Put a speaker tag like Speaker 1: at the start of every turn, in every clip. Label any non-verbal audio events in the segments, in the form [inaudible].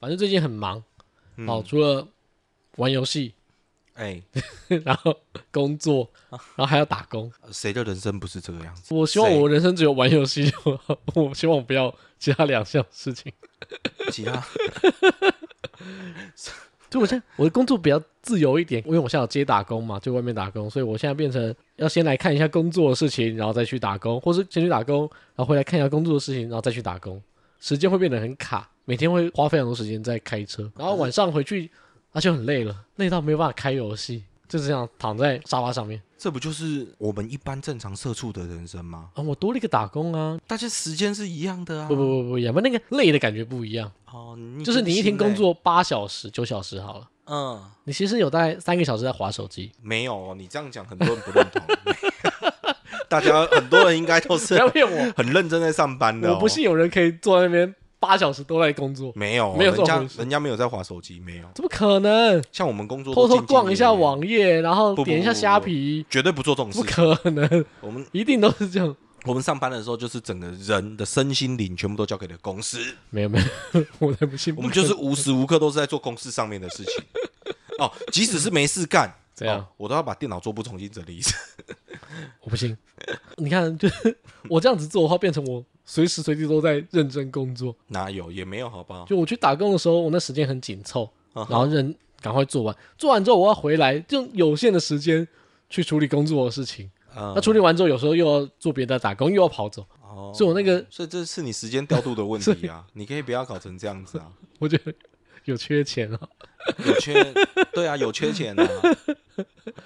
Speaker 1: 反正最近很忙，
Speaker 2: 嗯
Speaker 1: 哦，除了玩游戏， [laughs]
Speaker 2: 哎，
Speaker 1: 然后工作，
Speaker 2: 啊
Speaker 1: 然后还要打工。
Speaker 2: 谁的人生不是这个
Speaker 1: [laughs]
Speaker 2: 样子？
Speaker 1: 我希望
Speaker 2: 谁
Speaker 1: 我人生只有玩游戏就好，我希望我不要其他两项事情。
Speaker 2: 其他
Speaker 1: 就我现在我的工作比较自由一点，因为我现在有接打工嘛，就外面打工，所以我现在变成要先来看一下工作的事情，然后再去打工，或是先去打工，然后回来看一下工作的事情，然后再去打工，时间会变得很卡，每天会花非常多时间在开车，然后晚上回去那、就很累了，累到没有办法开游戏，就是这样躺在沙发上面
Speaker 2: 这不就是我们一般正常社畜的人生吗？
Speaker 1: 啊，我多了一个打工啊，
Speaker 2: 大家时间是一样的啊。
Speaker 1: 不不不不一样，不那个累的感觉不一样，
Speaker 2: 哦，你
Speaker 1: 就是你一天
Speaker 2: 真心
Speaker 1: 工
Speaker 2: 嘞，
Speaker 1: 作八小时九小时好了，
Speaker 2: 嗯，
Speaker 1: 你其实有大概三个小时在划手机，
Speaker 2: 没有哦，你这样讲很多人不认
Speaker 1: [laughs]
Speaker 2: 同。大家很多人应该都
Speaker 1: 不
Speaker 2: 是
Speaker 1: 要骗我。
Speaker 2: 很认真在上班的、哦。
Speaker 1: 我不信有人可以坐在那边八小时都在工作，
Speaker 2: 没有，
Speaker 1: 没有这
Speaker 2: 人
Speaker 1: 种
Speaker 2: 家
Speaker 1: 回事
Speaker 2: 人家没有在划手机，没有。
Speaker 1: 怎么可能？
Speaker 2: 像我们工作都
Speaker 1: 偷偷
Speaker 2: 兢兢
Speaker 1: 逛一下
Speaker 2: 业业，
Speaker 1: 网页，然后
Speaker 2: 不不
Speaker 1: 点一下虾皮，
Speaker 2: 绝对不做这种事
Speaker 1: 不
Speaker 2: 情。
Speaker 1: 可能， [laughs]
Speaker 2: 我们
Speaker 1: 一定都是这样。
Speaker 2: 我们上班的时候，就是整个人的身心灵全部都交给了公司，
Speaker 1: 没有没有，我才不信。
Speaker 2: 我们就是无时无刻都是在做公司上面的事情。哦，即使是没事干，
Speaker 1: [laughs] 怎样
Speaker 2: 哦我都要把电脑桌布重新整理一次。 [laughs]
Speaker 1: 我不信。你看，就是我这样子做的话，变成我随时随地都在认真工作。
Speaker 2: 哪有也没有，好不好？
Speaker 1: 就我去打工的时候，我那时间很紧凑，
Speaker 2: 嗯
Speaker 1: 然后认赶快做完，做完之后我要回来，就有限的时间去处理工作的事情。
Speaker 2: 嗯
Speaker 1: 那处理完之后，有时候又要做别的打工，又要跑走，
Speaker 2: 哦
Speaker 1: 所以我那个
Speaker 2: 所以这是你时间调度的问
Speaker 1: [laughs]
Speaker 2: 题啊，你可以不要搞成这样子啊。
Speaker 1: 我觉得有缺钱啊。
Speaker 2: 有缺，对啊，有缺
Speaker 1: [laughs]
Speaker 2: 钱啊。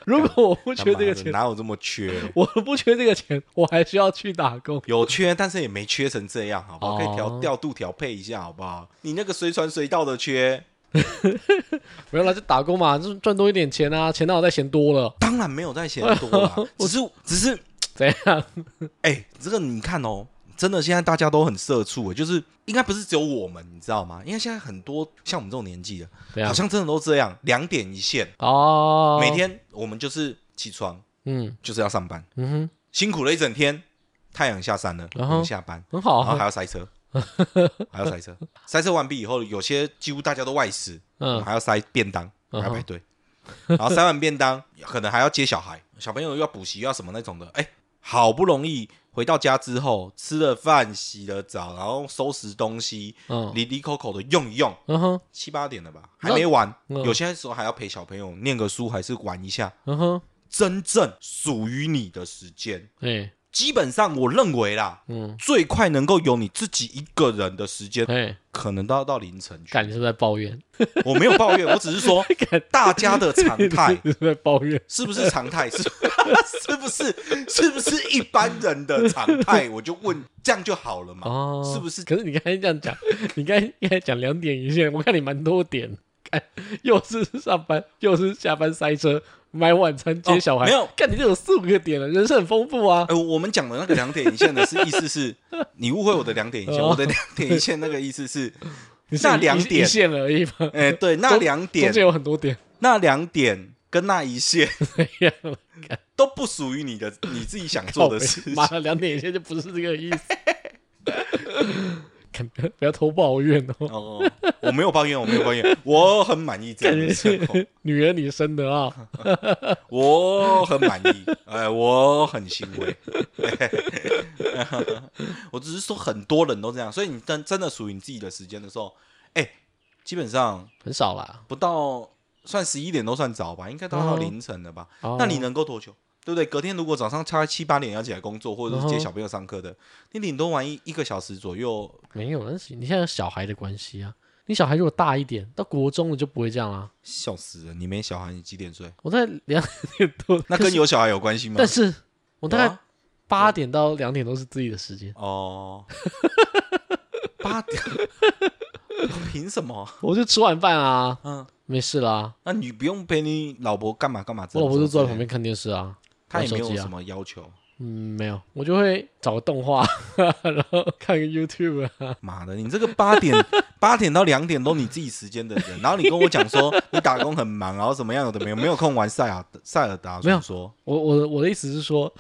Speaker 1: 如果我不缺这个
Speaker 2: 他妈的
Speaker 1: 钱，
Speaker 2: 哪有这么缺？
Speaker 1: 我不缺这个钱，我还需要去打工。
Speaker 2: 有缺，但是也没缺成这样，好不好？可以调
Speaker 1: 哦
Speaker 2: 调度调配一下，好不好？你那个随传随到的缺，
Speaker 1: 没有啦，就打工嘛，就是赚多一点钱啊，钱哪有在嫌多了？
Speaker 2: 当然没有在嫌多
Speaker 1: [laughs]
Speaker 2: 啦，只是只是，
Speaker 1: 怎样？
Speaker 2: [laughs] 哎、这个你看哦。真的，现在大家都很社畜，欸就是应该不是只有我们，你知道吗？因为现在很多像我们这种年纪的，
Speaker 1: 怎样
Speaker 2: 好？像真的都这样，两点一线，
Speaker 1: 哦，
Speaker 2: 每，天我们就是起床
Speaker 1: 嗯
Speaker 2: 就是要上班，
Speaker 1: 嗯
Speaker 2: 辛苦了一整天，太阳下山了，我
Speaker 1: 然后
Speaker 2: 们下班，
Speaker 1: 嗯哼，很好
Speaker 2: 然后还
Speaker 1: 啊，
Speaker 2: 要塞车，
Speaker 1: [laughs]
Speaker 2: 还要塞车。塞车完毕以后，有些几乎大家都外食，我们
Speaker 1: 嗯，
Speaker 2: 还要塞便当，还
Speaker 1: 嗯
Speaker 2: 要排
Speaker 1: 哼，
Speaker 2: 队。然后塞完便当，可能还要接小孩，小朋友又要补习，又要什么那种的。哎，好不容易回到家之后，吃了饭，洗了澡，然后收拾东西，
Speaker 1: 嗯，
Speaker 2: 离离口口的用一用，
Speaker 1: 嗯哼，
Speaker 2: 七八点了吧，还
Speaker 1: 那
Speaker 2: 没完。
Speaker 1: 嗯
Speaker 2: 有些时候还要陪小朋友念个书，还是玩一下。
Speaker 1: 嗯哼，
Speaker 2: 真正属于你的时间，
Speaker 1: 哎，
Speaker 2: 基本上我认为啦，
Speaker 1: 嗯，
Speaker 2: 最快能够有你自己一个人的时间，
Speaker 1: 哎，
Speaker 2: 可能都要到凌晨去。
Speaker 1: 干，你是不是在抱怨？ [laughs]
Speaker 2: 我没有抱怨，我只是说
Speaker 1: 干
Speaker 2: 大家的常态
Speaker 1: 你是不是在抱怨？
Speaker 2: 是不是常态，是 [laughs] 是不是是不是一般人的常态？我就问，这样就好了嘛？
Speaker 1: 哦，
Speaker 2: [laughs] 是不是
Speaker 1: 可是你刚才这样讲，你刚才应该讲两点一线，我看你蛮多点，看又是上班，又是下班塞车，买晚餐接小孩，
Speaker 2: 哦没有
Speaker 1: 看你这有四五个点了，人生很丰富啊。
Speaker 2: 呃，我们讲的那个两点一线的是意思是，你误会我的两点一线，
Speaker 1: 哦
Speaker 2: 我的两点一线那个意思是，
Speaker 1: [laughs] 你是
Speaker 2: 那
Speaker 1: 一
Speaker 2: 两
Speaker 1: 一
Speaker 2: 点
Speaker 1: 一线而已嘛，
Speaker 2: 哎，对，那
Speaker 1: 中 [laughs]
Speaker 2: 两
Speaker 1: 中
Speaker 2: 点
Speaker 1: 间有很多点，
Speaker 2: 那两点跟那一线 [laughs]
Speaker 1: 哎呀，
Speaker 2: 都不属于你的，你自己想
Speaker 1: 靠
Speaker 2: 做
Speaker 1: 北
Speaker 2: 的事
Speaker 1: [laughs]
Speaker 2: 情。
Speaker 1: 妈的，两点一线就不是这个意思。 [laughs] 看不要偷抱怨哦，
Speaker 2: 哦，我没有抱怨，我没有抱怨，我很满意这样的生活，
Speaker 1: 女儿你生的
Speaker 2: [laughs]
Speaker 1: 啊，
Speaker 2: 我很满意， [laughs] 哎，我很欣慰。 [laughs] 我只是说很多人都这样，所以你真真的属于你自己的时间的时候，哎，基本上
Speaker 1: 很少啦。
Speaker 2: 不到算十一点都算早吧，应该都到
Speaker 1: 哦
Speaker 2: 凌晨了吧？
Speaker 1: 哦
Speaker 2: 那你能够多久？对不对？隔天如果早上差七八点要起来工作，或者是接小朋友上课的，你顶多玩一一个小时左右，
Speaker 1: 没有，那是你现在有小孩的关系啊。你小孩如果大一点，到国中了就不会这样啦、
Speaker 2: 笑死人！你没小孩，你几点睡？
Speaker 1: 我在两点
Speaker 2: [laughs]
Speaker 1: 多，
Speaker 2: 那
Speaker 1: 可
Speaker 2: 跟
Speaker 1: 是
Speaker 2: 有小孩有关系吗？
Speaker 1: 但是我大
Speaker 2: 有
Speaker 1: 概
Speaker 2: 啊
Speaker 1: 八点到两点都是自己的时间， [laughs]
Speaker 2: 哦，八点， [laughs] 凭什么？
Speaker 1: 我就吃晚饭啊，
Speaker 2: 嗯，
Speaker 1: 没事啦。
Speaker 2: 那你不用陪你老婆干嘛干嘛？
Speaker 1: 我老婆就坐在旁，边看电视啊，
Speaker 2: 她
Speaker 1: 玩
Speaker 2: 也没
Speaker 1: 手
Speaker 2: 有
Speaker 1: 机啊
Speaker 2: 什。么要求。
Speaker 1: 嗯，没有，我就会找个动画， [laughs] 然后看个 YouTube 啊。
Speaker 2: 妈的，你这个八点八点到两点都你自己时间的人，然后你跟我
Speaker 1: [laughs]
Speaker 2: 讲说你打工很忙，然后怎么样有的没有没有空玩塞尔塞尔达
Speaker 1: 没有
Speaker 2: 传说，
Speaker 1: 我我的我的意思是说，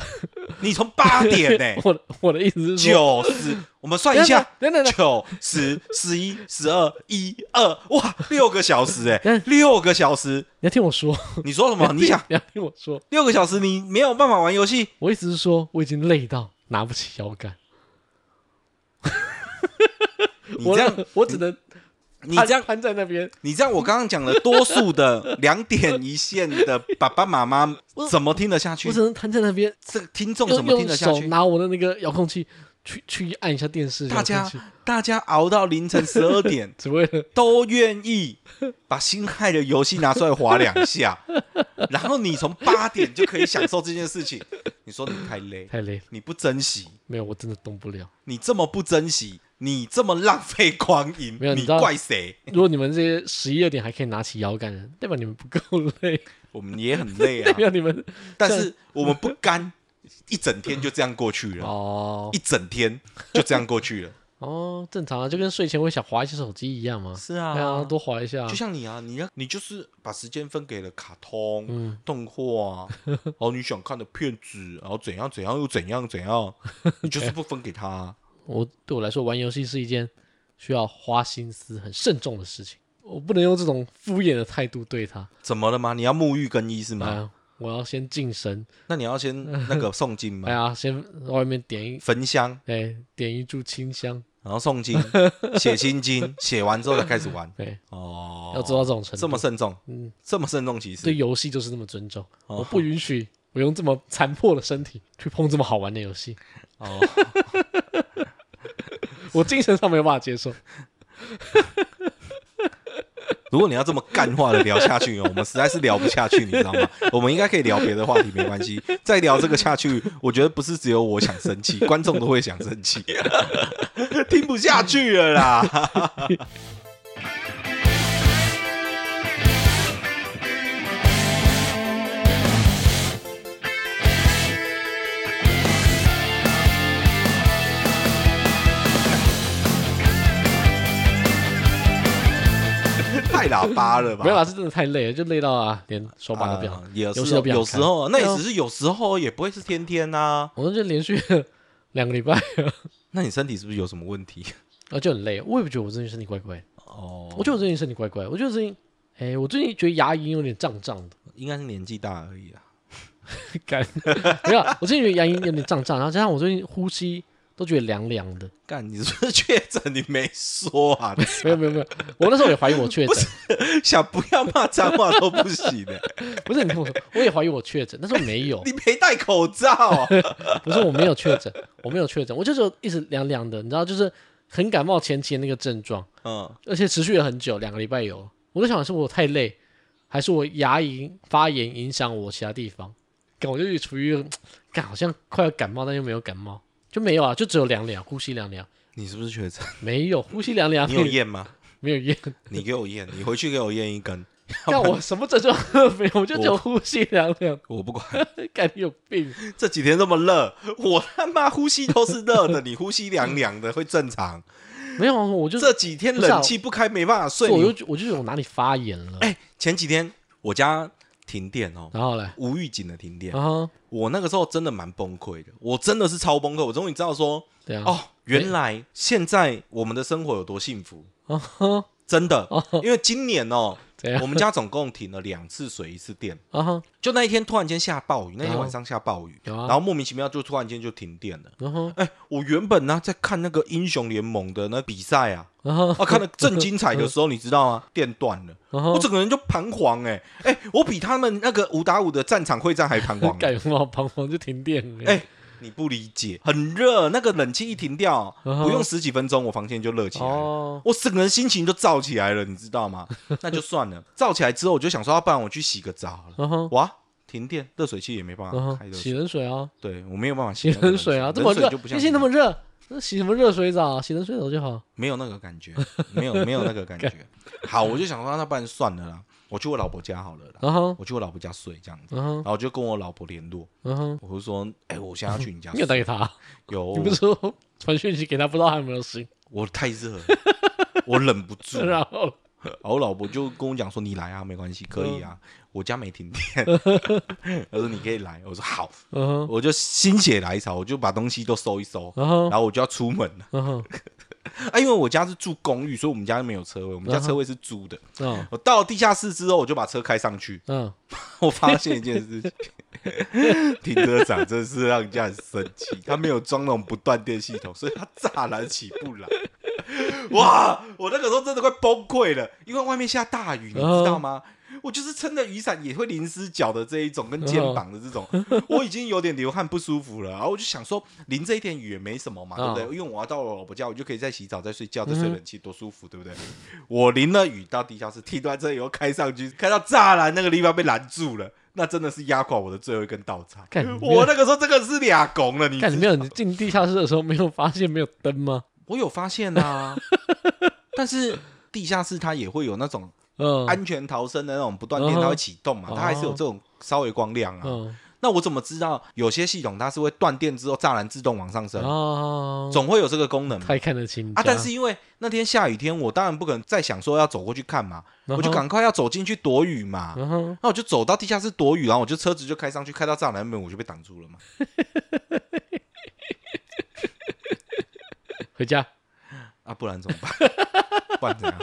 Speaker 2: 你从八点
Speaker 1: [laughs]
Speaker 2: 呢
Speaker 1: 我的我的意思是说，
Speaker 2: 九十，我们算一下，
Speaker 1: 等等等等
Speaker 2: 九、十、十一、十二、一二，哇，六个小时
Speaker 1: [laughs]
Speaker 2: 哎、
Speaker 1: 嗯
Speaker 2: 六个小时！
Speaker 1: 你要听我说，
Speaker 2: 你说什么？你想
Speaker 1: [laughs] 你要听我说，
Speaker 2: 六个小时你没有办法玩游戏？
Speaker 1: 我意思是说我已经累到拿不起腰杆，
Speaker 2: 你
Speaker 1: 我
Speaker 2: 这样，
Speaker 1: 我只能
Speaker 2: 你
Speaker 1: 瘫
Speaker 2: 这样，
Speaker 1: 瘫在那边，
Speaker 2: 你这样，我刚刚讲的多数的两点一线的爸爸妈妈
Speaker 1: 我
Speaker 2: 怎么听得下去
Speaker 1: 我只？能瘫在那边，
Speaker 2: 这个听众怎
Speaker 1: 用
Speaker 2: 么听
Speaker 1: 用
Speaker 2: 得下
Speaker 1: 手
Speaker 2: 去？
Speaker 1: 拿我的那个遥控器去去按一下电视，
Speaker 2: 大家
Speaker 1: 遥控器
Speaker 2: 大家熬到凌晨十二点
Speaker 1: 只为了
Speaker 2: 都愿意把心爱的游戏拿出来划两下， [laughs] 然后你从八点就可以享受这件事情。你说你太累，
Speaker 1: 太累了，
Speaker 2: 你不珍惜，
Speaker 1: 没有，我真的动不
Speaker 2: [laughs]
Speaker 1: 了。
Speaker 2: 你这么不珍惜，你这么浪费光阴，
Speaker 1: 没有你
Speaker 2: 你
Speaker 1: 知道
Speaker 2: 怪谁？
Speaker 1: 如果你们这些十一二点还可以拿起腰杆的，代表你们不够累，
Speaker 2: 我们也很
Speaker 1: [laughs]
Speaker 2: 累
Speaker 1: 代
Speaker 2: 啊，
Speaker 1: 表你们
Speaker 2: 但是我们不甘，一整天就这样过去了，
Speaker 1: 哦
Speaker 2: 一整天就这样过去
Speaker 1: [laughs]
Speaker 2: 了。
Speaker 1: 哦，正常啊，就跟睡前会想划一些手机一样嘛。
Speaker 2: 是
Speaker 1: 对啊，多划一下啊
Speaker 2: 就。像你啊，你要你就是把时间分给了卡通、
Speaker 1: 嗯
Speaker 2: 动画
Speaker 1: [laughs]
Speaker 2: 啊，然后你想看的片子，然后怎样怎样又怎样怎
Speaker 1: [laughs]
Speaker 2: 样，你就是不分给他啊、
Speaker 1: 我对我来说，玩游戏是一件需要花心思、很慎重的事情。我不能用这种敷衍的态度对他。
Speaker 2: 怎么了吗？你要沐浴更衣是
Speaker 1: 哎
Speaker 2: 吗？
Speaker 1: 呀，我要先净身，
Speaker 2: 那你要先那个诵经
Speaker 1: [laughs] 哎
Speaker 2: 吗？
Speaker 1: 呀，先在外面点一，
Speaker 2: 焚香，
Speaker 1: 哎，点一炷清香，
Speaker 2: 然后
Speaker 1: [laughs]
Speaker 2: 诵经，写心经，写完之后再开始玩。
Speaker 1: 对，
Speaker 2: 哦，
Speaker 1: 哎要做到这种程度。
Speaker 2: 这么慎重，
Speaker 1: 嗯
Speaker 2: 这么慎重，其实
Speaker 1: 对游戏就是那么尊重，
Speaker 2: 哦
Speaker 1: 我不允许我用这么残破的身体 [laughs] 去碰这么好玩的游戏，
Speaker 2: 哦，
Speaker 1: [laughs] 我精神上没有办法接受。
Speaker 2: [laughs] 如果你要这么干话的聊下去哦，我们实在是聊不下去，你知道吗？我们应该可以聊别的话题，没关系。再聊这个下去，我觉得不是只有我想生气，观众都会想生气，听不下去了啦。太喇叭了吧？
Speaker 1: 没有啦，是真的太累了，就累到啊，连手把都不想
Speaker 2: 啊，也
Speaker 1: 游
Speaker 2: 是
Speaker 1: 戏都不想
Speaker 2: 有时
Speaker 1: 看
Speaker 2: 候，那也
Speaker 1: 对啊
Speaker 2: 只是有时候，也不会是天天呐、
Speaker 1: 我们就连续两个礼拜， [laughs]
Speaker 2: 那你身体是不是有什么问题？
Speaker 1: 然后就很累。我也不觉得我最近身体怪怪的，
Speaker 2: 哦，
Speaker 1: 我觉得我最近身体怪怪的，我觉得我最近，哎，我最近觉得牙龈有点胀胀的， [laughs]
Speaker 2: 应该是年纪大而已啊。 [laughs]
Speaker 1: 感没有啦，啊我最近觉得牙龈有点胀胀，然后加上我最近呼吸都觉得凉凉的。
Speaker 2: 干，你是不是确诊？你没说啊？ [laughs]
Speaker 1: 没有没有没有，我那时候也怀疑我确诊，
Speaker 2: 想不要骂脏话都不行的、
Speaker 1: 不是你听我说，我也怀疑我确诊，但是我没有，
Speaker 2: 你没戴口罩、啊
Speaker 1: 不是我没有确诊，我没有确诊，我就是一直凉凉的，你知道，就是很感冒前期的那个症状，
Speaker 2: 嗯，
Speaker 1: 而且持续了很久，两个礼拜有。我在想是我太累，还是我牙龈发炎影响我其他地方？感我就是处于，感好像快要感冒，但又没有感冒，就没有啊，就只有凉凉，呼吸凉凉，
Speaker 2: 你是不是确诊？
Speaker 1: [laughs] 没有呼吸凉凉，
Speaker 2: 你有验吗？
Speaker 1: 没有咽，
Speaker 2: 你给我验，你回去给我验一根。
Speaker 1: 但我什么症状都没有，我就只有呼吸凉凉，
Speaker 2: 我不管，
Speaker 1: 感觉有病。
Speaker 2: 这几天这么热，我他妈呼吸都是热的，你呼吸凉凉的会正常。
Speaker 1: 没有啊，我就
Speaker 2: 这几天冷气不开没办法睡。
Speaker 1: 啊我就
Speaker 2: 你
Speaker 1: 觉我就觉得我哪里发炎了，
Speaker 2: 哎、前几天我家停电哦，
Speaker 1: 然后嘞，啊
Speaker 2: 无预警的停电，
Speaker 1: 然后
Speaker 2: 我那个时候真的蛮崩溃的，我真的是超崩溃。我终于知道说，
Speaker 1: 对啊，
Speaker 2: 哦，原来现在我们的生活有多幸福。
Speaker 1: 啊哈
Speaker 2: 真的，因为今年哦，
Speaker 1: 怎样
Speaker 2: 我们家总共停了两次水一次电。
Speaker 1: 啊哈，
Speaker 2: 就那一天突然间下暴雨，那天晚上下暴雨，
Speaker 1: 啊有啊
Speaker 2: 然后莫名其妙就突然间就停电了。
Speaker 1: 然后
Speaker 2: 哎、我原本呢、在看那个英雄联盟的那比赛
Speaker 1: [laughs]
Speaker 2: 啊，
Speaker 1: 然后
Speaker 2: 啊看的正精彩的时候，你知道吗？电断了，
Speaker 1: 然
Speaker 2: 我
Speaker 1: 后
Speaker 2: 整个人就彷徨哎、哎、我比他们那个五打五的战场会战还彷
Speaker 1: [laughs]
Speaker 2: 徨、
Speaker 1: 感冒彷徨就停电了，
Speaker 2: 哎、你不理解，很热，那个冷气一停掉，
Speaker 1: 嗯哼
Speaker 2: 不用十几分钟，我房间就热起来了。
Speaker 1: 哦，
Speaker 2: 我整个人心情都燥起来了，你知道吗？那就算了，燥起来之后，我就想说，要不然我去洗个澡好了。
Speaker 1: 然后
Speaker 2: 哇，停电，热水器也没办
Speaker 1: 然
Speaker 2: 法
Speaker 1: 后
Speaker 2: 开热
Speaker 1: 嗯洗
Speaker 2: 水，
Speaker 1: 冷水啊，
Speaker 2: 对我没有办法洗
Speaker 1: 洗
Speaker 2: 那个
Speaker 1: 冷水啊，这么
Speaker 2: 冷
Speaker 1: 热
Speaker 2: 就不，像
Speaker 1: 天气那么热，那洗什么热水澡？洗冷水澡就好。
Speaker 2: 没有那个感觉，没有没有那个感
Speaker 1: [laughs]
Speaker 2: 觉。好，我就想说，那不然算了啦，我去我老婆家好了啦，
Speaker 1: 然后
Speaker 2: 我去我老婆家睡这样子，
Speaker 1: 然后
Speaker 2: 然后就跟我老婆联络，
Speaker 1: 然后，
Speaker 2: 我就说，哎、我现在要去你家
Speaker 1: 嗯你有打给
Speaker 2: 睡，
Speaker 1: 他？
Speaker 2: 有
Speaker 1: 你不是说传讯息给他，不知道他有没有醒？ [laughs] 啊
Speaker 2: 我太热了，我忍不住，
Speaker 1: 然后
Speaker 2: 然后我老婆就跟我讲说：“你来啊，没关系，可以啊，我家没停电。” [laughs] 她说：“你可以来。”我说：“好。”
Speaker 1: 嗯哼，
Speaker 2: 我就心血来潮，我就把东西都收一收，
Speaker 1: 然后
Speaker 2: 然后我就要出门了。
Speaker 1: 嗯哼，
Speaker 2: 啊，因为我家是住公寓，所以我们家没有车位，我们家车位是租的。
Speaker 1: 嗯
Speaker 2: 我到了地下室之后，我就把车开上去。
Speaker 1: 嗯，
Speaker 2: 我发现一件事情，停车场真的是让人家很生气，他没有装那种不断电系统，所以他栅栏起不来。哇！我那个时候真的快崩溃了，因为外面下大雨，你知道吗？我就是撑着雨伞也会淋湿脚的这一种，跟肩膀的这种，我已经有点流汗不舒服了。然后我就想说，淋这一点雨也没什么嘛，对不对？因为我要到我老婆家，我就可以再洗澡、再睡觉、再吹冷气，多舒服，对不对？我淋了雨到地下室，踢断车以后开上去，开到栅栏那个地方被拦住了，那真的是压垮我的最后一根稻草。
Speaker 1: 干你没有
Speaker 2: 我那个时候真的是俩拱了，你
Speaker 1: 看你
Speaker 2: 知
Speaker 1: 没有，你进地下室的时候没有发现没有灯吗？
Speaker 2: 我有发现啊，但是地下室它也会有那种
Speaker 1: 嗯
Speaker 2: 安全逃生的那种不断
Speaker 1: 嗯
Speaker 2: 电，
Speaker 1: 哼
Speaker 2: 它会启动嘛，它还是有这种稍微光亮啊。
Speaker 1: 嗯
Speaker 2: 那我怎么知道有些系统它是会断电之后栅栏自动往上升，
Speaker 1: 啊，
Speaker 2: 总会有这个功能嘛？
Speaker 1: 太看得清家
Speaker 2: 啊，但是因为那天下雨天，我当然不可能再想说要走过去看嘛，
Speaker 1: 嗯哼
Speaker 2: 我就赶快要走进去躲雨嘛。
Speaker 1: 嗯哼，
Speaker 2: 那我就走到地下室躲雨，然后我就车子就开上去，开到栅栏门，我就被挡住了嘛。
Speaker 1: 回家
Speaker 2: 啊，不然怎么办？不然怎样？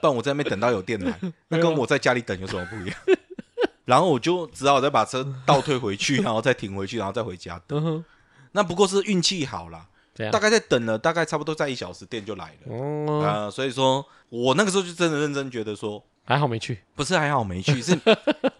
Speaker 2: 不然我在那边等到有电来，那跟我在家里等有什么不一样？ [laughs] 然后我就只好再把车倒退回去，然后再停回去，然后再回家。
Speaker 1: 嗯哼，
Speaker 2: 那不过是运气好啦，
Speaker 1: 这样
Speaker 2: 大概在等了大概差不多在一小时，电就来了。
Speaker 1: 哦，
Speaker 2: 啊、所以说我那个时候就真的认真觉得说，
Speaker 1: 还好没去，
Speaker 2: 不是还好没去，是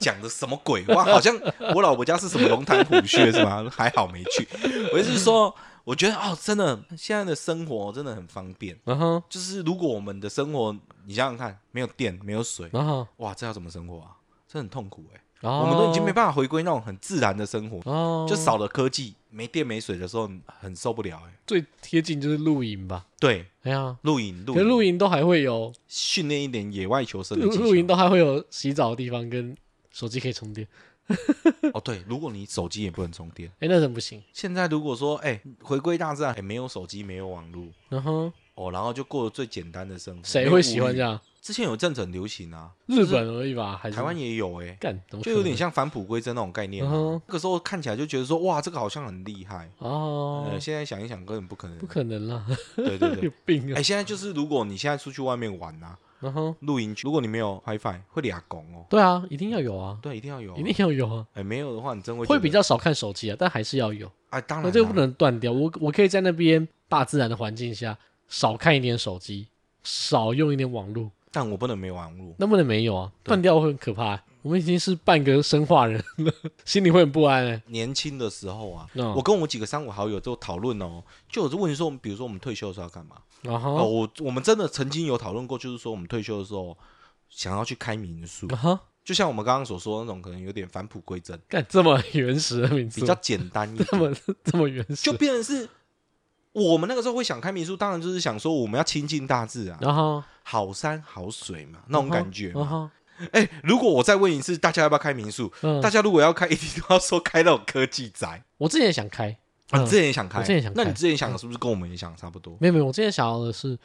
Speaker 2: 讲的什么鬼话？好像我老婆家是什么龙潭虎穴
Speaker 1: [laughs]
Speaker 2: 是吗？还好没去。我就是说，我觉得哦，真的现在的生活真的很方便。
Speaker 1: 然后
Speaker 2: 就是如果我们的生活，你想想看，没有电，没有水，
Speaker 1: 然后
Speaker 2: 哇，这要怎么生活啊？这很痛苦哎、
Speaker 1: 然后
Speaker 2: 我们都已经没办法回归那种很自然的生活，
Speaker 1: 哦，
Speaker 2: 就少了科技，没电没水的时候很受不了哎、
Speaker 1: 最贴近就是露营吧，
Speaker 2: 对，
Speaker 1: 哎呀，
Speaker 2: 露营，露
Speaker 1: 可是
Speaker 2: 营，
Speaker 1: 露营都还会有
Speaker 2: 训练一点野外求生的
Speaker 1: 露
Speaker 2: 技巧。
Speaker 1: 露营都还会有洗澡的地方跟手机可以充电，
Speaker 2: 哦，对，如果你手机也不能充电，
Speaker 1: 哎，那怎不行？
Speaker 2: 现在如果说哎、回归大自然，哎、没有手机，没有网络。
Speaker 1: 然后
Speaker 2: 哦，然后就过得最简单的生活。
Speaker 1: 嗯谁
Speaker 2: 没有
Speaker 1: 会
Speaker 2: 物
Speaker 1: 喜欢
Speaker 2: 欲
Speaker 1: 这？样？
Speaker 2: 之前有一阵子很流行啊，
Speaker 1: 日本而已吧，还是
Speaker 2: 台湾也有哎、
Speaker 1: 干，怎么可
Speaker 2: 就
Speaker 1: 能
Speaker 2: 有点像返璞归真那种概念、
Speaker 1: 嗯
Speaker 2: 啊。
Speaker 1: 哼
Speaker 2: 那个时候看起来就觉得说，哇，这个好像很厉害。
Speaker 1: 哦
Speaker 2: 呃，，现在想一想，根本不可能。
Speaker 1: 不可能啦，[laughs]
Speaker 2: 对对
Speaker 1: 有
Speaker 2: 对。
Speaker 1: 病
Speaker 2: 哎、
Speaker 1: 啊！
Speaker 2: 现在就是如果你现在出去外面玩啊，
Speaker 1: 然后
Speaker 2: 露营区，如果你没有 WiFi，会俩拱哦。
Speaker 1: 对啊，一定要有啊，
Speaker 2: 对，一定要有、啊。
Speaker 1: 一定要有啊，
Speaker 2: 哎、没有的话，你真会觉
Speaker 1: 会
Speaker 2: 得
Speaker 1: 比较少看手机啊，但还是要有。
Speaker 2: 哎，当然、
Speaker 1: 那
Speaker 2: 啊、
Speaker 1: 这个不能断掉。我我可以在那边大自然的环境下少看一点手机，少用一点网络，
Speaker 2: 但我不能没网络。
Speaker 1: 那不能没有啊，断掉会很可怕欸、我们已经是半个生化人了， [laughs] 心里会很不安、欸。
Speaker 2: 年轻的时候啊，
Speaker 1: 嗯
Speaker 2: 我跟我几个三五好友都讨论哦，就有问说，我们比如说我们退休的时候要干嘛？
Speaker 1: 然
Speaker 2: 哦，
Speaker 1: 后，
Speaker 2: 我我们真的曾经有讨论过，就是说我们退休的时候想要去开民宿，
Speaker 1: 然后，
Speaker 2: 就像我们刚刚所说的那种，可能有点返璞归真，
Speaker 1: 干这么原始的名字，
Speaker 2: 比较简单
Speaker 1: [laughs]
Speaker 2: 一
Speaker 1: 这
Speaker 2: 点，
Speaker 1: 么这么原始
Speaker 2: 就。变成是我们那个时候会想开民宿，当然就是想说我们要亲近大自然，
Speaker 1: 然后
Speaker 2: 好山好水嘛，那种感觉
Speaker 1: 然
Speaker 2: 嘛。
Speaker 1: 后，
Speaker 2: 哎、如果我再问一次，大家要不要开民宿？
Speaker 1: 嗯
Speaker 2: 大，家如果要开，一定都要说开那种科技宅。
Speaker 1: 我之前也想开，
Speaker 2: 啊，
Speaker 1: 嗯
Speaker 2: 你之前也想开，
Speaker 1: 我之前也想开嗯
Speaker 2: 那你之前想的是不是跟我们也想差不多？
Speaker 1: 没有没有，我之前想要的是，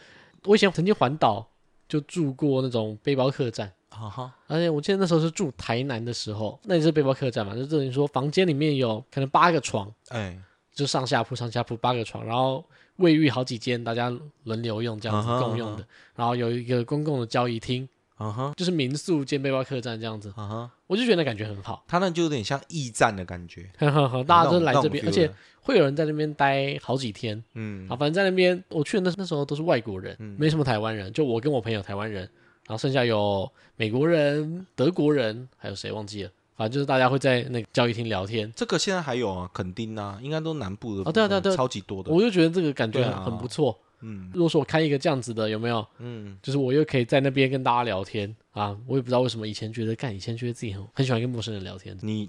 Speaker 1: 我以前曾经环岛就住过那种背包客栈。
Speaker 2: 啊哈，
Speaker 1: 而且我记得那时候是住台南的时候，那也是背包客栈嘛，就等于说房间里面有可能八个床，
Speaker 2: 哎，
Speaker 1: 就上下铺上下铺八个床，然后卫浴好几间，大家轮流用这样子
Speaker 2: 啊哈
Speaker 1: 共用的，然后有一个公共的交易厅，
Speaker 2: 啊哈，
Speaker 1: 就是民宿兼背包客栈这样子，
Speaker 2: 啊哈，
Speaker 1: 我就觉得那感觉很好， [laughs]
Speaker 2: 它那就有点像驿站的感觉。
Speaker 1: 很很好，大家都
Speaker 2: 那
Speaker 1: 来
Speaker 2: 种
Speaker 1: 这边，
Speaker 2: 那
Speaker 1: 而
Speaker 2: 种 feel
Speaker 1: 且会有人在那边待好几天
Speaker 2: 嗯
Speaker 1: 啊，反正在那边我去的那那时候都是外国人，
Speaker 2: 嗯
Speaker 1: 没什么台湾人，就我跟我朋友台湾人，然后剩下有美国人、德国人，还有谁忘记了，反正就是大家会在那个交易厅聊天。
Speaker 2: 这个现在还有啊，垦丁啊，应该都南部的
Speaker 1: 哦对啊对啊
Speaker 2: 部分
Speaker 1: 对啊
Speaker 2: 超级多的。
Speaker 1: 我就觉得这个感觉
Speaker 2: 对
Speaker 1: 很,、
Speaker 2: 啊
Speaker 1: 很不错。
Speaker 2: 嗯
Speaker 1: 如果说我开一个这样子的，有没有？
Speaker 2: 嗯，
Speaker 1: 就是我又可以在那边跟大家聊天啊！我也不知道为什么以前觉得干，以前觉得自己很很喜欢跟陌生人聊天，
Speaker 2: 你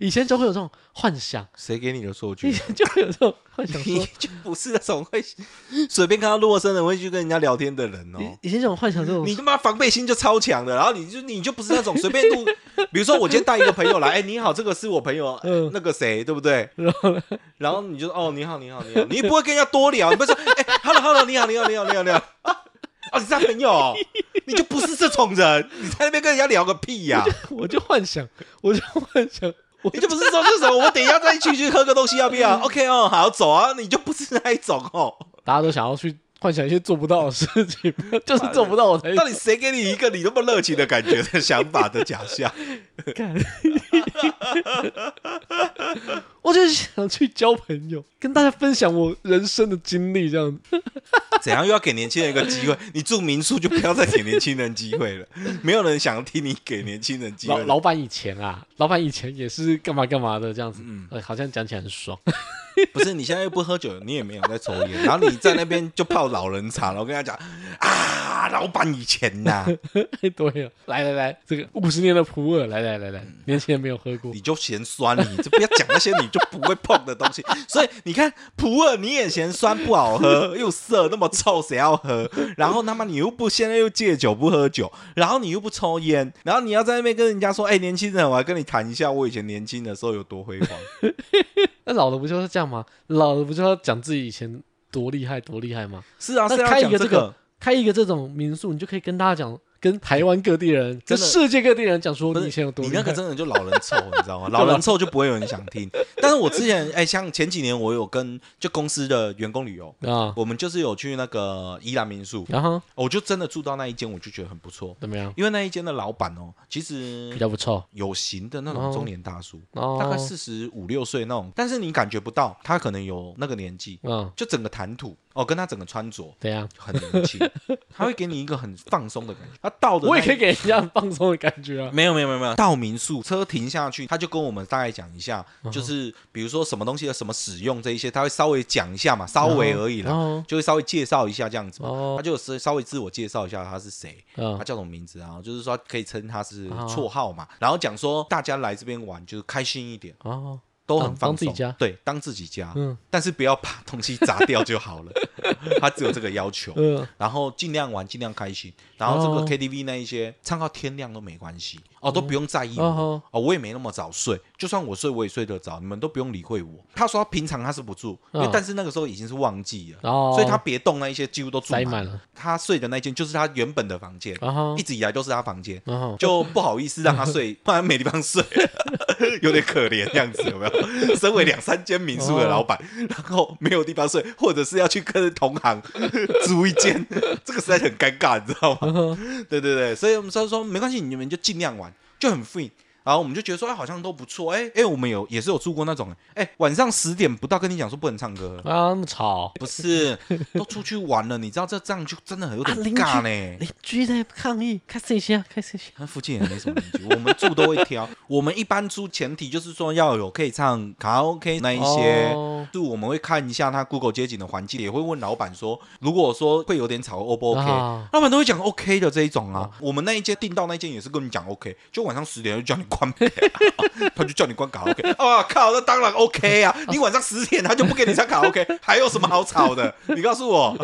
Speaker 1: 以前就会有这种幻想， [laughs]
Speaker 2: 谁给你的说
Speaker 1: 以
Speaker 2: 句？
Speaker 1: 前就会有这种幻想
Speaker 2: [laughs] 你
Speaker 1: 说，
Speaker 2: 就不是那种会随便看到陌生人会去跟人家聊天的人哦。
Speaker 1: 以前这种幻想这种，
Speaker 2: 你他妈防备心就超强的，然后你就你就不是那种随便路，比如说我今天带一个朋友来，哎、你好，这个是我朋友，哎
Speaker 1: 嗯
Speaker 2: 那个谁，对不对？然后然后你就哦，你好，你好，你好，你不会跟人家多聊，你不会说，哎、h e l l o hello，你好，你好，你好，你好，你好，哦，你是他朋友，你就不是这种人，你在那边跟人家聊个屁呀、
Speaker 1: 我就幻想，我就幻想，我
Speaker 2: 你就不是说这种，我们等一下再一起去喝个东西，要不要？OK 哦，好走啊，你就不是那一种哦。
Speaker 1: 大家都想要去幻想一些做不到的事情， [laughs] 就是做不到我才
Speaker 2: 到底谁给你一个你那么热情的感觉的想法的假象？
Speaker 1: 干。我就是想去交朋友，跟大家分享我人生的经历，这样子。
Speaker 2: 怎样又要给年轻人一个
Speaker 1: [laughs]
Speaker 2: 机会？你住民宿就不要再给年轻人机会了，没有人想听你给年轻人机
Speaker 1: 老
Speaker 2: 会。
Speaker 1: 老板以前啊，老板以前也是干嘛干嘛的这样子，
Speaker 2: 嗯
Speaker 1: 呃好像讲起来很爽。
Speaker 2: 不是你现在又不喝酒，你也没有在抽烟，然后你在那边就泡老人茶，然后跟他讲啊，老板以前呐、
Speaker 1: 对啊，来来来，这个五十年的普洱，来来来来，年轻人没有喝过
Speaker 2: 嗯你，就嫌酸，你就不要讲那些你就不会碰的东西。 [laughs] 所以你看，普洱你也嫌酸不好喝，又涩那么臭，谁要喝？然后他妈你又不现在又戒酒不喝酒，然后你又不抽烟，然后你要在那边跟人家说，哎、年轻人，我来跟你谈一下我以前年轻的时候有多辉煌。
Speaker 1: 那老了不就是这样吗？老了不就要讲自己以前多厉害多厉害吗？
Speaker 2: 是啊，
Speaker 1: 那
Speaker 2: 是要
Speaker 1: 开一
Speaker 2: 讲
Speaker 1: 个
Speaker 2: 这
Speaker 1: 这个开一个这种民宿，你就可以跟大家讲，跟台湾各地人、跟
Speaker 2: 真的
Speaker 1: 世界各地人讲说
Speaker 2: 不
Speaker 1: 你
Speaker 2: 是
Speaker 1: 以前有多
Speaker 2: 你
Speaker 1: 厉
Speaker 2: 那
Speaker 1: 害
Speaker 2: 个。真的就老人臭，你知道吗？ [laughs] 老人臭就不会有人想听。但是我之前哎、像前几年我有跟就公司的员工旅游，
Speaker 1: 啊，
Speaker 2: 我们就是有去那个宜兰民宿，
Speaker 1: 然后
Speaker 2: 我就真的住到那一间，我就觉得很不错。
Speaker 1: 怎么样？
Speaker 2: 因为那一间的老板哦，其
Speaker 1: 比
Speaker 2: 实
Speaker 1: 较不臭
Speaker 2: 有型的那种中年大叔，
Speaker 1: 哦，
Speaker 2: 大概四十五六岁那种，但是你感觉不到他可能有那个年纪，
Speaker 1: 嗯，
Speaker 2: 就整个谈吐哦，跟他整个穿着
Speaker 1: 怎样？
Speaker 2: 很年轻，他会给你一个很放松的感觉。他到的
Speaker 1: 我也
Speaker 2: 那
Speaker 1: 可以给人家很放松的感觉啊。
Speaker 2: 没有没有没有没有，到民宿车停下去，他就跟我们大概讲一下，
Speaker 1: 嗯
Speaker 2: 就是比如说什么东西的什么使用这一些，他会稍微讲一下嘛，稍微而已啦，
Speaker 1: 哦
Speaker 2: 就会稍微介绍一下这样子嘛。
Speaker 1: 哦
Speaker 2: 他，就有稍稍微自我介绍一下他是谁，他
Speaker 1: 嗯，
Speaker 2: 叫什么名字啊？就是说可以称他是
Speaker 1: 哦
Speaker 2: 绰号嘛，然后讲说大家来这边玩就是开心一点，
Speaker 1: 哦，
Speaker 2: 都
Speaker 1: 当
Speaker 2: 很放
Speaker 1: 当自己
Speaker 2: 松
Speaker 1: 家
Speaker 2: 对，当自己家，
Speaker 1: 嗯
Speaker 2: 但是不要把东西砸掉就好了，他只有这个要求。
Speaker 1: 嗯，
Speaker 2: 然后尽量玩，尽量开心。然后这
Speaker 1: 哦
Speaker 2: 个 KTV 那一些唱到天亮都没关系哦，都不用在意我
Speaker 1: 哦
Speaker 2: 哦我也没那么早睡，就算我睡我也睡得着，你们都不用理会我。他说他平常他是不住，因为
Speaker 1: 嗯
Speaker 2: 但是那个时候已经是旺季了，
Speaker 1: 哦，
Speaker 2: 所以他别动那一些几乎都住
Speaker 1: 塞
Speaker 2: 满
Speaker 1: 满
Speaker 2: 了。
Speaker 1: 了，
Speaker 2: 他睡的那间就是他原本的房间，
Speaker 1: 然后
Speaker 2: 一直以来都是他房间。
Speaker 1: 然后
Speaker 2: 就不好意思让他睡，不然没地方睡，有点可怜这样子，有没有？ [laughs] 身为两三间民
Speaker 1: 哦
Speaker 2: 宿的老板，然后没有地方睡，或者是要去跟同
Speaker 1: [laughs]
Speaker 2: 行租一间，这个实在是很尴尬，你知道
Speaker 1: 嗯
Speaker 2: 吗？ [laughs] 对对对，所以我们说说没关系，你们就尽量玩，就很 free。然后我们就觉得说，哎，好像都不错，哎哎，我们有也是有住过那种，哎，晚上十点不到跟你讲说不能唱歌，
Speaker 1: 啊，那么吵，
Speaker 2: 不是，都出去玩了，你知道这这样就真的很有点
Speaker 1: 啊邻居
Speaker 2: 尬呢。
Speaker 1: 邻居在抗议，开始一下，开始一下，
Speaker 2: 那附近也没什么邻居，我们住都会
Speaker 1: [laughs]
Speaker 2: 挑。我们一般住前提就是说要有可以唱卡拉 OK 那一些，
Speaker 1: 哦
Speaker 2: 就我们会看一下他 Google 街景的环境，也会问老板说，如果说会有点吵，O 不 OK？、
Speaker 1: 啊
Speaker 2: 老板都会讲 OK 的这一种啊。我们那一间订到那一间也是跟你讲 OK，就晚上十点就叫你关门，啊 [laughs] 他就叫你关卡拉 OK。啊靠，那当然 OK 啊！你晚上十点他就不给你唱卡拉 OK，还有什么好吵的？你告诉我，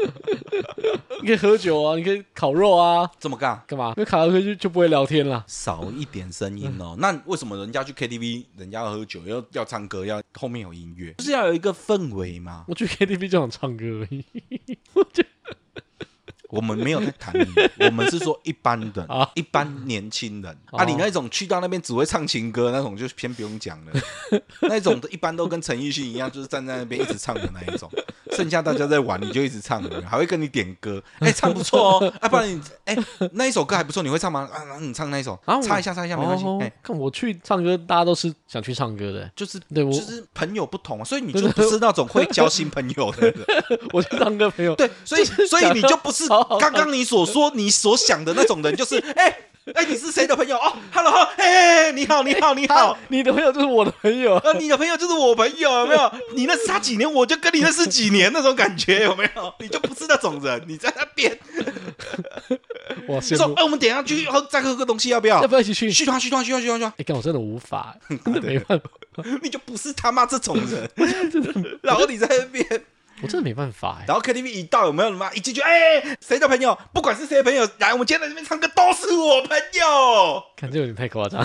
Speaker 1: 你可以喝酒啊，你可以烤肉啊，
Speaker 2: 这么尬。
Speaker 1: 干嘛？因为卡拉 OK 就就不会聊天了。
Speaker 2: 少一点声音哦。
Speaker 1: 嗯
Speaker 2: 那为什么人家去 KTV，人家要喝酒，要要唱歌，要后面有音
Speaker 1: 嗯
Speaker 2: 乐，就是要有一个氛
Speaker 1: [laughs]
Speaker 2: 围嘛。
Speaker 1: 我去 KTV 就想唱歌而已
Speaker 2: 我们没有在谈你，我们是说一般人
Speaker 1: [laughs] 啊，
Speaker 2: 一般年轻人
Speaker 1: 哦
Speaker 2: 啊。你那种去到那边只会唱情歌那种，就先不用讲
Speaker 1: [laughs]
Speaker 2: 了。那种的一般都跟陈奕迅一样，就是站在那边一直唱的那一
Speaker 1: [laughs]
Speaker 2: 种。剩下大家在玩，你就一直唱，还会跟你点
Speaker 1: [laughs]
Speaker 2: 歌。哎、唱不错哦，啊，不然你哎、那一首歌还不错，你会唱吗？啊，那你唱那一首，
Speaker 1: 啊我
Speaker 2: 插一下，插一下，没关系。哎、
Speaker 1: 哦看我去唱歌，大家都是想去唱歌的。 [laughs]
Speaker 2: 就是
Speaker 1: 对我
Speaker 2: 就是朋友不同啊，所以你就不是那种会交新朋友的人。
Speaker 1: 我去唱歌，朋友，
Speaker 2: 对，所以所以你就不是
Speaker 1: 好好
Speaker 2: 刚刚你所说你所想的那种人，就是哎哎、你是谁的朋友哦？Hello Hello，哎、你好你好你好
Speaker 1: 他，你的朋友就是我的朋
Speaker 2: [laughs]
Speaker 1: 友。
Speaker 2: 呃你的朋友就是我朋友，有没有？你认识他几年，我就跟你认识几年那种感觉，有没有？你就不是那种人，你在那边
Speaker 1: 哇，羡
Speaker 2: 说啊
Speaker 1: 慕
Speaker 2: 哎、，我们等一下去喝再喝个东西要不要
Speaker 1: 要？不要一起去？
Speaker 2: 去他去他去他去他去他，
Speaker 1: 哎，干，我真的无
Speaker 2: [laughs]
Speaker 1: 法，真的没办法。
Speaker 2: 你就不是他妈这种人，然后你在那边。
Speaker 1: 我真的没办法
Speaker 2: [laughs]
Speaker 1: 哎、
Speaker 2: 然后 KTV 一到有没有妈一进去，哎、谁的朋友？不管是谁的朋友，来，我们今天在这边唱歌都是我朋友。
Speaker 1: 看这有点太夸
Speaker 2: [laughs]
Speaker 1: 张，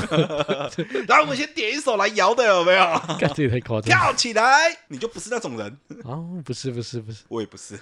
Speaker 2: 来，我们先点一首来摇的，有没有？
Speaker 1: 看这也太夸张
Speaker 2: 跳起来！你就不是那种人，
Speaker 1: 啊！不是不是不是，
Speaker 2: 我也不是。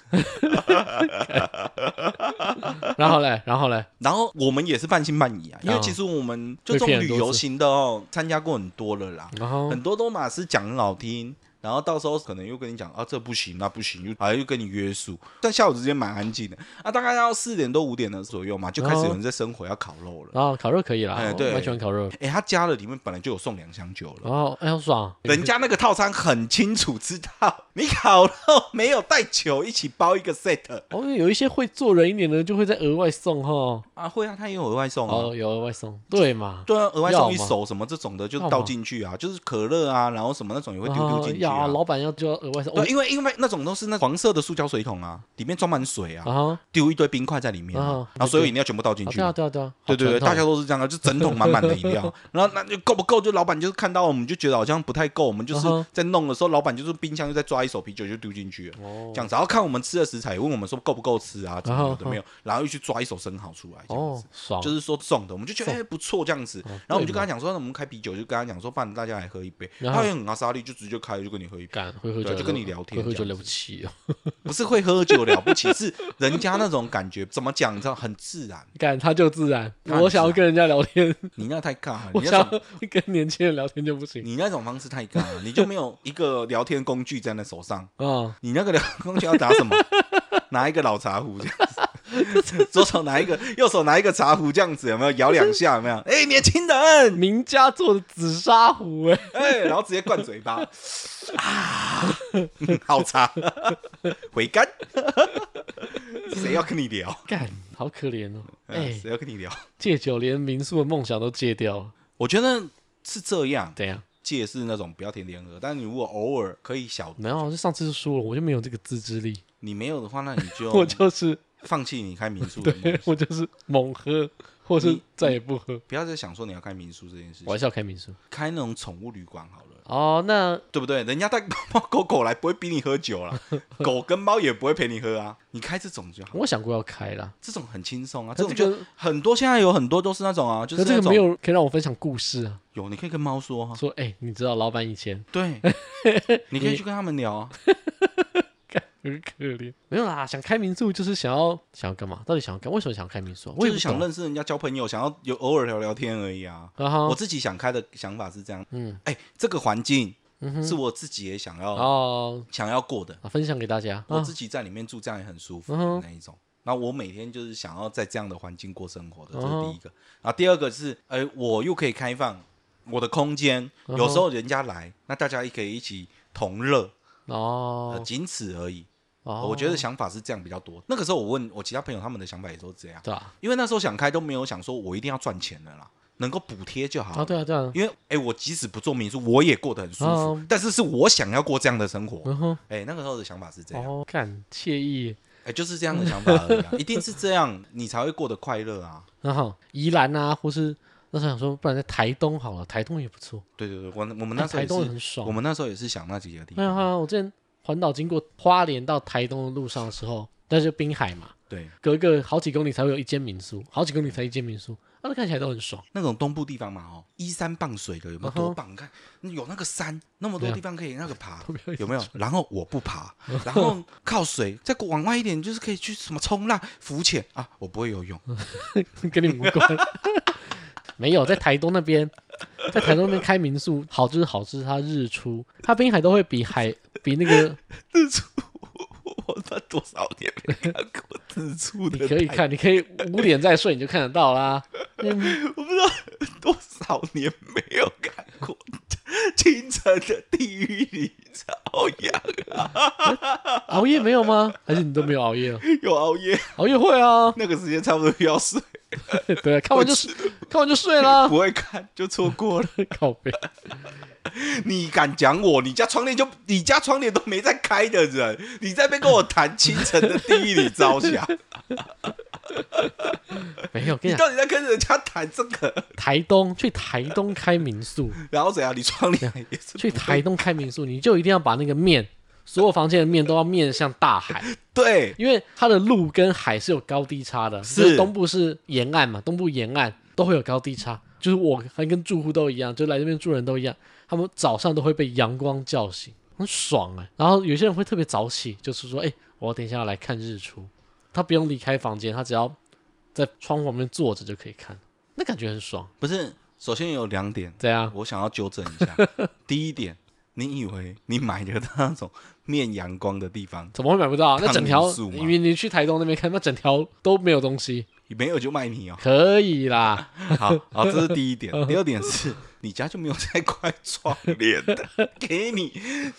Speaker 1: 然后嘞，然后嘞，
Speaker 2: 然后我们也是半信半疑啊，因为
Speaker 1: 哦
Speaker 2: 其实我们就
Speaker 1: 被
Speaker 2: 这种
Speaker 1: 骗很
Speaker 2: 旅
Speaker 1: 多
Speaker 2: 游
Speaker 1: 次
Speaker 2: 型的哦，参加过很多了啦，
Speaker 1: 然后
Speaker 2: 很多都嘛是讲很好听。然后到时候可能又跟你讲啊，这不行，那不行，又啊又跟你约束。但下午时间蛮安静的啊，大概要四点多五点的左右嘛，就开始有人在生火要烤肉了。
Speaker 1: 然后烤肉可以啦，
Speaker 2: 哎
Speaker 1: 我
Speaker 2: 对
Speaker 1: 蛮喜欢烤肉。
Speaker 2: 哎，他家的里面本来就有送两箱酒了，
Speaker 1: 然后哎，好爽，
Speaker 2: 人家那个套餐很清楚知道，你烤肉没有带酒，一起包一个 set
Speaker 1: 哦，有一些会做人一点的，就会再额外送哈。
Speaker 2: 啊，会啊，他也有额外送啊。
Speaker 1: 哦，有额外送，对嘛？
Speaker 2: 对啊，额外送一
Speaker 1: 要嘛
Speaker 2: 手什么这种的就
Speaker 1: 要
Speaker 2: 倒
Speaker 1: 嘛
Speaker 2: 进去啊，就是可乐啊，然后什么那种也会丢丢进去
Speaker 1: 要啊，。
Speaker 2: 啊
Speaker 1: 老板要就要额外送。
Speaker 2: 对，因为因为那种都是那黄色的塑胶水桶啊，里面装满水啊，
Speaker 1: 啊，
Speaker 2: 丢一堆冰块在里面啊
Speaker 1: 啊，
Speaker 2: 然后所有饮料全部倒进
Speaker 1: 啊
Speaker 2: 去
Speaker 1: 对。啊，对啊，对啊，
Speaker 2: 对对对，
Speaker 1: 好
Speaker 2: 大
Speaker 1: 传
Speaker 2: 家
Speaker 1: 统
Speaker 2: 都是这样啊，就整桶
Speaker 1: [laughs]
Speaker 2: 满满的饮料，然后那就够不够？就老板就是看到我们就觉得好像不太够，我们就
Speaker 1: 啊
Speaker 2: 是
Speaker 1: 哈
Speaker 2: 在弄的时候，老板就是冰箱就在抓一手啤酒就丢进去了，
Speaker 1: 哦
Speaker 2: 这样子。然后看我们吃的食材，也问我们说够不够吃啊，怎么
Speaker 1: 啊哈
Speaker 2: 有的没有，然后又去抓一手生蚝出来，这样子
Speaker 1: 哦。，爽，
Speaker 2: 就是说送的，我们就觉得哎、不错这样子，然后我们就跟他讲说，那我们开啤酒，就跟他讲说，不然大家来喝一杯，
Speaker 1: 然后
Speaker 2: 他也很阿莎利，就直接开就跟你喝一杯，
Speaker 1: 敢会喝
Speaker 2: 对
Speaker 1: 酒
Speaker 2: 啊
Speaker 1: 了，
Speaker 2: 就跟你聊天
Speaker 1: 会喝
Speaker 2: 这
Speaker 1: 酒
Speaker 2: 样
Speaker 1: 了不起哦， [laughs]
Speaker 2: 不是会喝酒了不起，是人家那种感觉，怎么讲，你知道很自然，
Speaker 1: 敢他就自然。
Speaker 2: 他很
Speaker 1: 我想要
Speaker 2: 自然
Speaker 1: 跟人家聊天，
Speaker 2: 你那太尬了，
Speaker 1: 我
Speaker 2: 你
Speaker 1: 想
Speaker 2: 那种
Speaker 1: 要跟年轻人聊天就不行
Speaker 2: 你那种方式太尬了，你就没有一个聊天工具在那手上，
Speaker 1: 啊。
Speaker 2: 你那个聊天工具要打什 [laughs] 么？拿一个老茶壶这样子， [laughs] 左手拿一个，右手拿一个茶壶这样子，有没有摇两下？有没 [laughs] 有？哎、年轻人，
Speaker 1: 名家做的紫砂壶，哎，
Speaker 2: 哎、然后直接灌嘴巴， [laughs] 啊，嗯好茶，回甘。谁要跟你聊？
Speaker 1: 干，好可怜哦。
Speaker 2: 哎，
Speaker 1: 哎，
Speaker 2: 谁要跟你聊？
Speaker 1: 戒酒连民宿的梦想都戒掉了，
Speaker 2: 我觉得是这样，
Speaker 1: 怎样？
Speaker 2: 戒是那种不要天天喝，但你如果偶尔可以小，
Speaker 1: 没有，就上次就说了，我就没有这个自制力，
Speaker 2: 你没有的话，那你 [laughs]
Speaker 1: 我
Speaker 2: 就
Speaker 1: 就是，
Speaker 2: 放弃你开民宿的梦
Speaker 1: 对 [laughs] 我就是猛喝，或是再也不喝。
Speaker 2: 不要再想说你要开民宿这件事
Speaker 1: 我还
Speaker 2: 情，
Speaker 1: 是要开民宿。
Speaker 2: 开那种宠物旅馆好了，
Speaker 1: 哦，那
Speaker 2: 对不对？人家带猫狗狗来不会逼你喝
Speaker 1: [laughs]
Speaker 2: 酒啦，狗跟猫也不会陪你喝啊，你开这种就好。
Speaker 1: 我想过要开啦，
Speaker 2: 这种很轻松啊，这
Speaker 1: 可
Speaker 2: 种
Speaker 1: 这
Speaker 2: 就
Speaker 1: 个
Speaker 2: 很多现在有很多都是那种啊，就
Speaker 1: 可
Speaker 2: 是
Speaker 1: 这
Speaker 2: 那
Speaker 1: 个
Speaker 2: 种
Speaker 1: 没有可以让我分享故事啊。
Speaker 2: 有，你可以跟猫说啊，
Speaker 1: 说，哎，你知道老板以前 [laughs]
Speaker 2: 对，你可以去跟他们聊啊，
Speaker 1: 干很可怜，没有啦，想开民宿就是想要想要干嘛？到底想要干？为什么想要开民宿啊？我
Speaker 2: 就
Speaker 1: 也不
Speaker 2: 是想
Speaker 1: 懂。
Speaker 2: 认识人家交朋友，想要有偶尔聊聊天而已啊。
Speaker 1: 然后
Speaker 2: 我自己想开的想法是这样，
Speaker 1: 嗯，
Speaker 2: 哎，这个环境是我自己也想要
Speaker 1: 哦，
Speaker 2: 想要过的，
Speaker 1: 啊分享给大家
Speaker 2: 我
Speaker 1: 啊
Speaker 2: 自己在里面住这样也很舒服
Speaker 1: 嗯
Speaker 2: 的
Speaker 1: 哼
Speaker 2: 那一种。那我每天就是想要在这样的环境过生活的，这
Speaker 1: 嗯
Speaker 2: 是
Speaker 1: 哼
Speaker 2: 第一个。然后第二个是，哎，我又可以开放我的空间，
Speaker 1: 嗯哼
Speaker 2: 有时候人家来，那大家也可以一起同乐，呃
Speaker 1: 哦
Speaker 2: 仅此而已。
Speaker 1: 哦，
Speaker 2: 呃我觉得想法是这样比较多。那个时候我问我其他朋友，他们的想法也都是这样，
Speaker 1: 对啊，
Speaker 2: 因为那时候想开都没有想说我一定要赚钱的啦，能够补贴就好。
Speaker 1: 啊对啊对啊，
Speaker 2: 因为哎、我即使不做民宿，我也过得很舒服，
Speaker 1: 啊
Speaker 2: 但是是我想要过这样的生活。
Speaker 1: 嗯哼，
Speaker 2: 哎、那个时候的想法是这样，哎、
Speaker 1: 哦，干惬意。
Speaker 2: 哎就是这样的
Speaker 1: 嗯
Speaker 2: 想法而已、
Speaker 1: [laughs]
Speaker 2: 啊，一定是这样，你才会过得快乐啊！
Speaker 1: 然后宜兰啊，或是那时候想说，不然在台东好了，台东也不错，
Speaker 2: 对对对，我我们那时候
Speaker 1: 哎台
Speaker 2: 也
Speaker 1: 东也
Speaker 2: 是，
Speaker 1: 很爽。
Speaker 2: 我们那时候也是想那几个地
Speaker 1: 没有
Speaker 2: 方，
Speaker 1: 啊，我之前环岛经过花莲到台东的路上的时候，那就滨海嘛，
Speaker 2: 对，
Speaker 1: 隔个好几公里才会有一间民宿，好几公里才一间民宿，啊那、看起来都很爽。
Speaker 2: 那种东部地方嘛，哦，依山傍水的有没有
Speaker 1: 嗯哼
Speaker 2: 多棒？你看有那个山，那么多
Speaker 1: 对啊
Speaker 2: 地方可以那个爬
Speaker 1: 不要，
Speaker 2: 有没有？然后我不爬，
Speaker 1: 嗯
Speaker 2: 然后靠水，再往外一点就是可以去什么冲浪、浮潜啊，我不会游泳，
Speaker 1: 嗯跟你无关。 [laughs] 没有，在台东那边，在台东那边开民宿，好就是好是它日出，它滨海都会比海比那个
Speaker 2: 日出。 [laughs] 我他多少年没看过日出的
Speaker 1: 你可以看，你可以五点再睡你就看得到啦。
Speaker 2: 我不知道多少年没有看过清晨的地狱里朝阳，
Speaker 1: [laughs] 熬夜没有吗？还是你都没有熬夜 [laughs] 了？
Speaker 2: 有熬夜，
Speaker 1: 熬夜会啊， [laughs]
Speaker 2: 那个时间差不多又要睡，
Speaker 1: 对，啊看完就看完就睡啦。 [laughs]
Speaker 2: 不会看就错过了。
Speaker 1: 靠背，
Speaker 2: 你敢讲我？你家窗帘就你家窗帘都没在开的人，你在那边跟我谈清晨的地狱里
Speaker 1: [laughs]
Speaker 2: 朝阳，
Speaker 1: 没有，跟
Speaker 2: 你
Speaker 1: 你讲，
Speaker 2: 到底在跟人家谈这个？
Speaker 1: 台东去台东开民宿，
Speaker 2: 然后怎样？你窗帘也是
Speaker 1: 去台东开民宿，你就一定要把那个面所有房间的面都要面向大海，
Speaker 2: 对，
Speaker 1: 因为它的路跟海是有高低差的，
Speaker 2: 是
Speaker 1: 就东部是沿岸嘛，东部沿岸都会有高低差，就是我还跟住户都一样，就来这边住人都一样，他们早上都会被阳光叫醒，很爽哎、然后有些人会特别早起，就是说，哎、我等一下要来看日出，他不用离开房间，他只要在窗户旁边坐着就可以看，那感觉很爽。
Speaker 2: 不是，首先有两点，
Speaker 1: 怎样？
Speaker 2: 我想要纠正
Speaker 1: [laughs]
Speaker 2: 一下。第一点，你以为你买的那种面阳光的地方
Speaker 1: 怎么会买不到啊、那整条
Speaker 2: 抗凝，素嘛
Speaker 1: 因为你去台东那边看，那整条都没有东西，
Speaker 2: 没有就卖你
Speaker 1: [laughs]
Speaker 2: 哦？
Speaker 1: 可以啦。
Speaker 2: 好好，这是第一点。第二点是你家就没有在挂窗帘的，给你